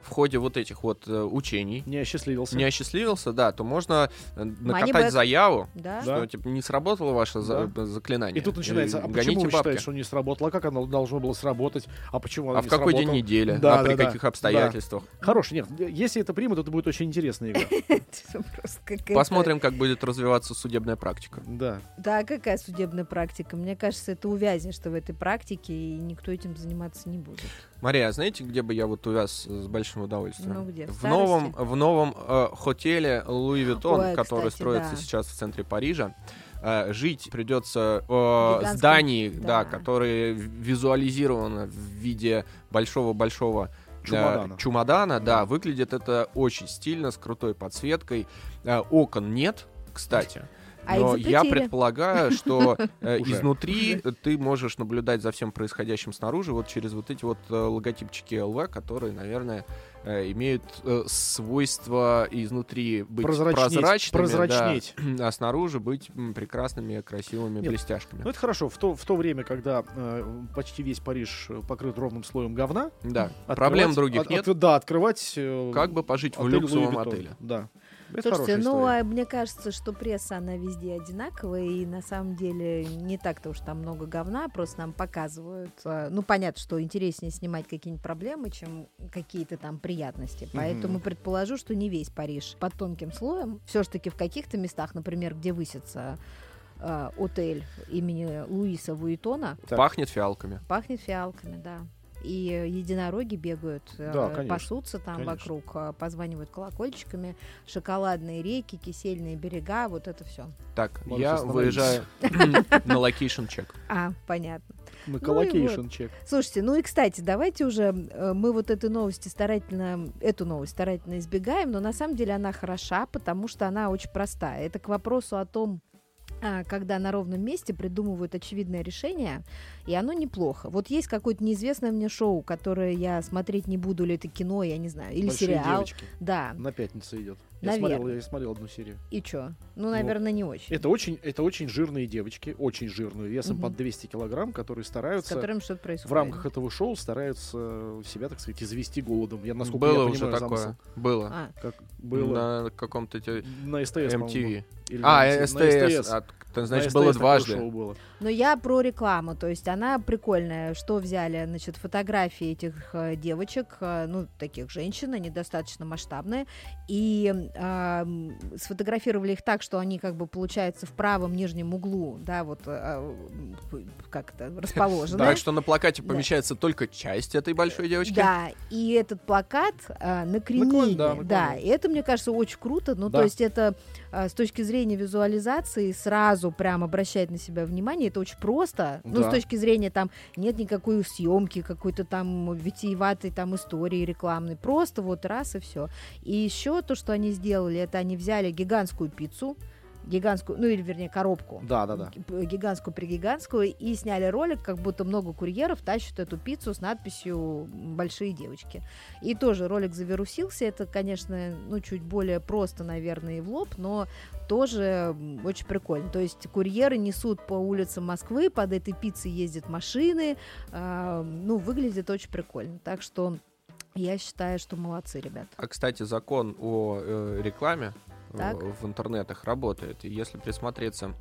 A: в ходе вот этих вот э, учений
C: Не осчастливился.
A: не осчастливился, да, то можно э,
B: back.
A: накатать заяву,
B: Да?
C: Да.
A: что типа не сработало ваше за- э, заклинание.
C: И тут начинается, а
A: Э,
C: почему
A: гоните
C: вы
A: бабки.
C: считаете, что не сработало? А как оно должно было сработать? А почему оно
A: А
C: не
A: в какой день
C: сработало?
A: недели?
C: Да,
A: а
C: да,
A: при
C: да.
A: каких
C: Да.
A: обстоятельствах?
C: Хороший, нет, если это примут, это будет очень интересная игра.
B: Это просто какая-то-
A: Посмотрим, как будет развиваться судебная практика.
C: Да.
B: Да, какая судебная практика? Мне кажется, это увязнешь, что в этой практике, и никто этим заниматься не будет.
A: Мария, а знаете, где бы я вот увяз э, с большим удовольствием?
B: Ну, где? В
A: В,
B: старости?
A: новом, в новом э, хотеле Луи Виттон,
B: Ой,
A: который
B: кстати,
A: строится
B: да.
A: сейчас в центре Парижа. Э, жить придется
B: В
A: э,
B: гигантском-
A: здании, да.
B: да.
A: которые в- визуализированы в виде большого-большого э,
C: Чемодана.
A: чемодана, да, выглядит это очень стильно, с крутой подсветкой. Э, окон нет, кстати.
B: А
A: Но
B: их
A: я
B: запретили.
A: предполагаю, что э,
C: Уже.
A: изнутри ты можешь наблюдать за всем происходящим снаружи вот через вот эти вот э, логотипчики ЛВ, которые, наверное, э, имеют э, свойство изнутри быть
C: Прозрачнеть,
A: прозрачными, да,
C: прозрачнеть.
A: а снаружи быть м, прекрасными, красивыми
C: Нет.
A: блестяшками.
C: Ну это хорошо. В то, в то время, когда э, почти весь Париж э, покрыт ровным слоем говна,
A: Да,
C: открывать-
A: проблем других
C: от-
A: нет.
C: от- да, открывать. э,
A: Как бы пожить в
C: отель
A: люксовом
C: Луи Виттон.
A: отеле?
C: Да. Это
B: Слушайте,
C: хорошая
B: ну,
C: история.
B: а мне кажется, что пресса, она везде одинаковая, и на самом деле не так-то уж там много говна, просто нам показывают. а, Ну, понятно, что интереснее снимать какие-нибудь проблемы, чем какие-то там приятности. Поэтому предположу, что не весь Париж под тонким слоем. Все ж таки в каких-то местах, например, где высится э, отель имени Луиса Вуитона,
C: Так.
A: Пахнет фиалками.
B: пахнет фиалками, да. И э, единороги бегают, э,
C: Да, конечно,
B: пасутся там
C: конечно.
B: вокруг, э, позванивают колокольчиками, шоколадные реки, кисельные берега, вот это все.
A: Так,
C: Можешь
A: я
C: остановиться.
A: выезжаю на локейшн чек.
B: А, понятно.
C: Мы
B: и
C: колокейшн чек.
B: Слушайте, ну и кстати, давайте уже э, мы вот этой новости старательно, эту новость старательно избегаем, но на самом деле она хороша, потому что она очень простая. Это к вопросу о том, а, когда на ровном месте придумывают очевидное решение, и оно неплохо. Вот есть какое-то неизвестное мне шоу, которое я смотреть не буду, или это кино, я не знаю, или
C: Большие
B: сериал.
C: девочки.
B: Да,
C: На пятницу идет. Я
B: Наверное.
C: смотрел, я смотрел одну серию.
B: и чё? Ну, наверное, не очень.
C: Это очень, это очень жирные девочки, очень жирные, весом
B: Мгм.
C: под 200 килограмм, которые
B: С
C: стараются
B: которым что-то происходит.
C: в рамках этого шоу стараются себя, так сказать, извести голодом. Я насколько я
A: Было
C: понимаю,
A: уже такое.
C: замысел.
A: Было.
B: А,
C: Как было
A: На каком-то те-
C: на СТС, по-моему.
A: MTV.
C: Или
A: А,
C: на
A: э,
C: СТС. на
A: СТС.
C: На
A: А, т- Значит,
C: СТС
A: было
C: такое
A: дважды.
C: шоу было.
B: Но я про рекламу, то есть она прикольная. Что взяли, значит, фотографии этих э, девочек, э, ну, таких женщин, они достаточно масштабные, и ам, сфотографировали их так, что они как бы, получается, в правом нижнем углу, да, вот э, э, как это, расположены.
A: Так что на плакате
B: Да.
A: помещается только часть этой большой девочки.
B: Да, и этот плакат а, накренили.
C: Наклон- да,
B: да,
C: наклонил.
B: и это, мне кажется, очень круто. Ну,
C: Да.
B: то есть это а, с точки зрения визуализации сразу прям обращает на себя внимание. Это очень просто. Ну, с
C: Да.
B: точки зрения там нет никакой съемки, какой-то там витиеватой там истории рекламной. Просто вот раз и все. И еще то, что они сделали, это они взяли гигантскую пиццу, гигантскую, ну или вернее коробку
C: Да, да, да.
B: г- гигантскую пригигантскую и сняли ролик, как будто много курьеров тащат эту пиццу с надписью «Большие девочки». И тоже ролик завирусился, это, конечно, ну, чуть более просто, наверное, и в лоб, но тоже м, очень прикольно. То есть курьеры несут по улицам Москвы, под этой пиццей ездят машины, а, ну, выглядит очень прикольно. Так что я считаю, что молодцы, ребят.
A: А, кстати, закон о э, рекламе э,
B: Так.
A: в интернетах работает. И если присмотреться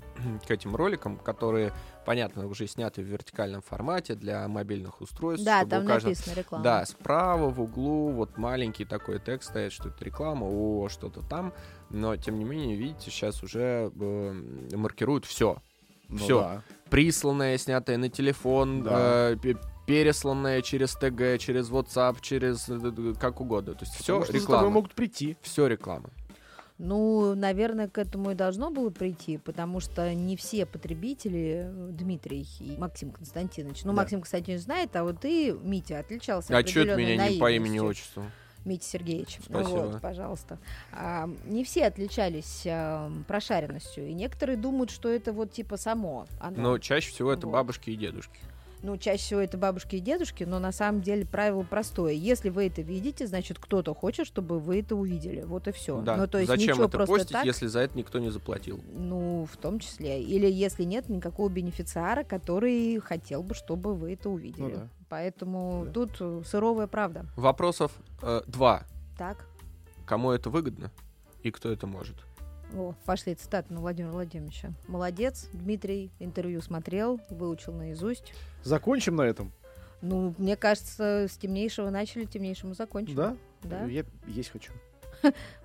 A: к этим роликам, которые, понятно, уже сняты в вертикальном формате для мобильных устройств,
B: Да,
A: чтобы у
B: там
A: каждого-
B: написано реклама.
A: Да, справа в углу вот маленький такой текст стоит, что это реклама, о, что-то там. Но, тем не менее, видите, сейчас уже э, маркируют все. Всё.
C: да.
A: присланное, снятое на телефон,
C: Да.
A: э, пе- пересланное через ТГ, через WhatsApp, через э, э, как угодно. То есть все
C: Потому что за тобой
A: реклама.
C: могут прийти.
A: Все реклама.
B: Ну, наверное, к этому и должно было прийти, потому что не все потребители, э, Дмитрий и Максим Константинович, ну,
C: Да.
B: Максим Константинович знает, а вот ты, Митя, отличался
A: А чё ты
B: определенной
A: меня не по
B: наивностью.
A: имени отчеству?
B: Митя Сергеевич. ну
A: Спасибо.
B: Вот, пожалуйста. А, не все отличались а, прошаренностью, и некоторые думают, что это вот типа само. оно.
A: Но чаще всего это
B: Вот.
A: бабушки и дедушки.
B: Ну, чаще всего это бабушки и дедушки, но на самом деле правило простое. Если вы это видите, значит, кто-то хочет, чтобы вы это увидели. Вот и все.
A: Да.
B: Ну, то есть
A: Зачем
B: ничего
A: это
B: просто
A: постить,
B: так.
A: если за это никто не заплатил?
B: Ну, в том числе. Или если нет никакого бенефициара, который хотел бы, чтобы вы это увидели.
C: Ну да.
B: Поэтому
C: Да.
B: тут э, сыровая правда.
A: Вопросов э, два.
B: Так.
A: Кому это выгодно и кто это может?
B: О, пошли цитаты ну, на Владимира Владимировича. а. Молодец, Дмитрий, интервью смотрел, выучил наизусть.
C: Закончим на этом.
B: Ну, мне кажется, с темнейшего начали, темнейшему закончим.
C: Да?
B: Да?
C: Я есть хочу.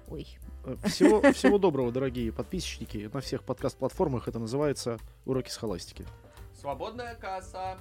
B: Ой.
C: Э, Всего, всего доброго, дорогие подписчики. На всех подкаст-платформах это называется «Уроки схоластики».
A: Свободная касса.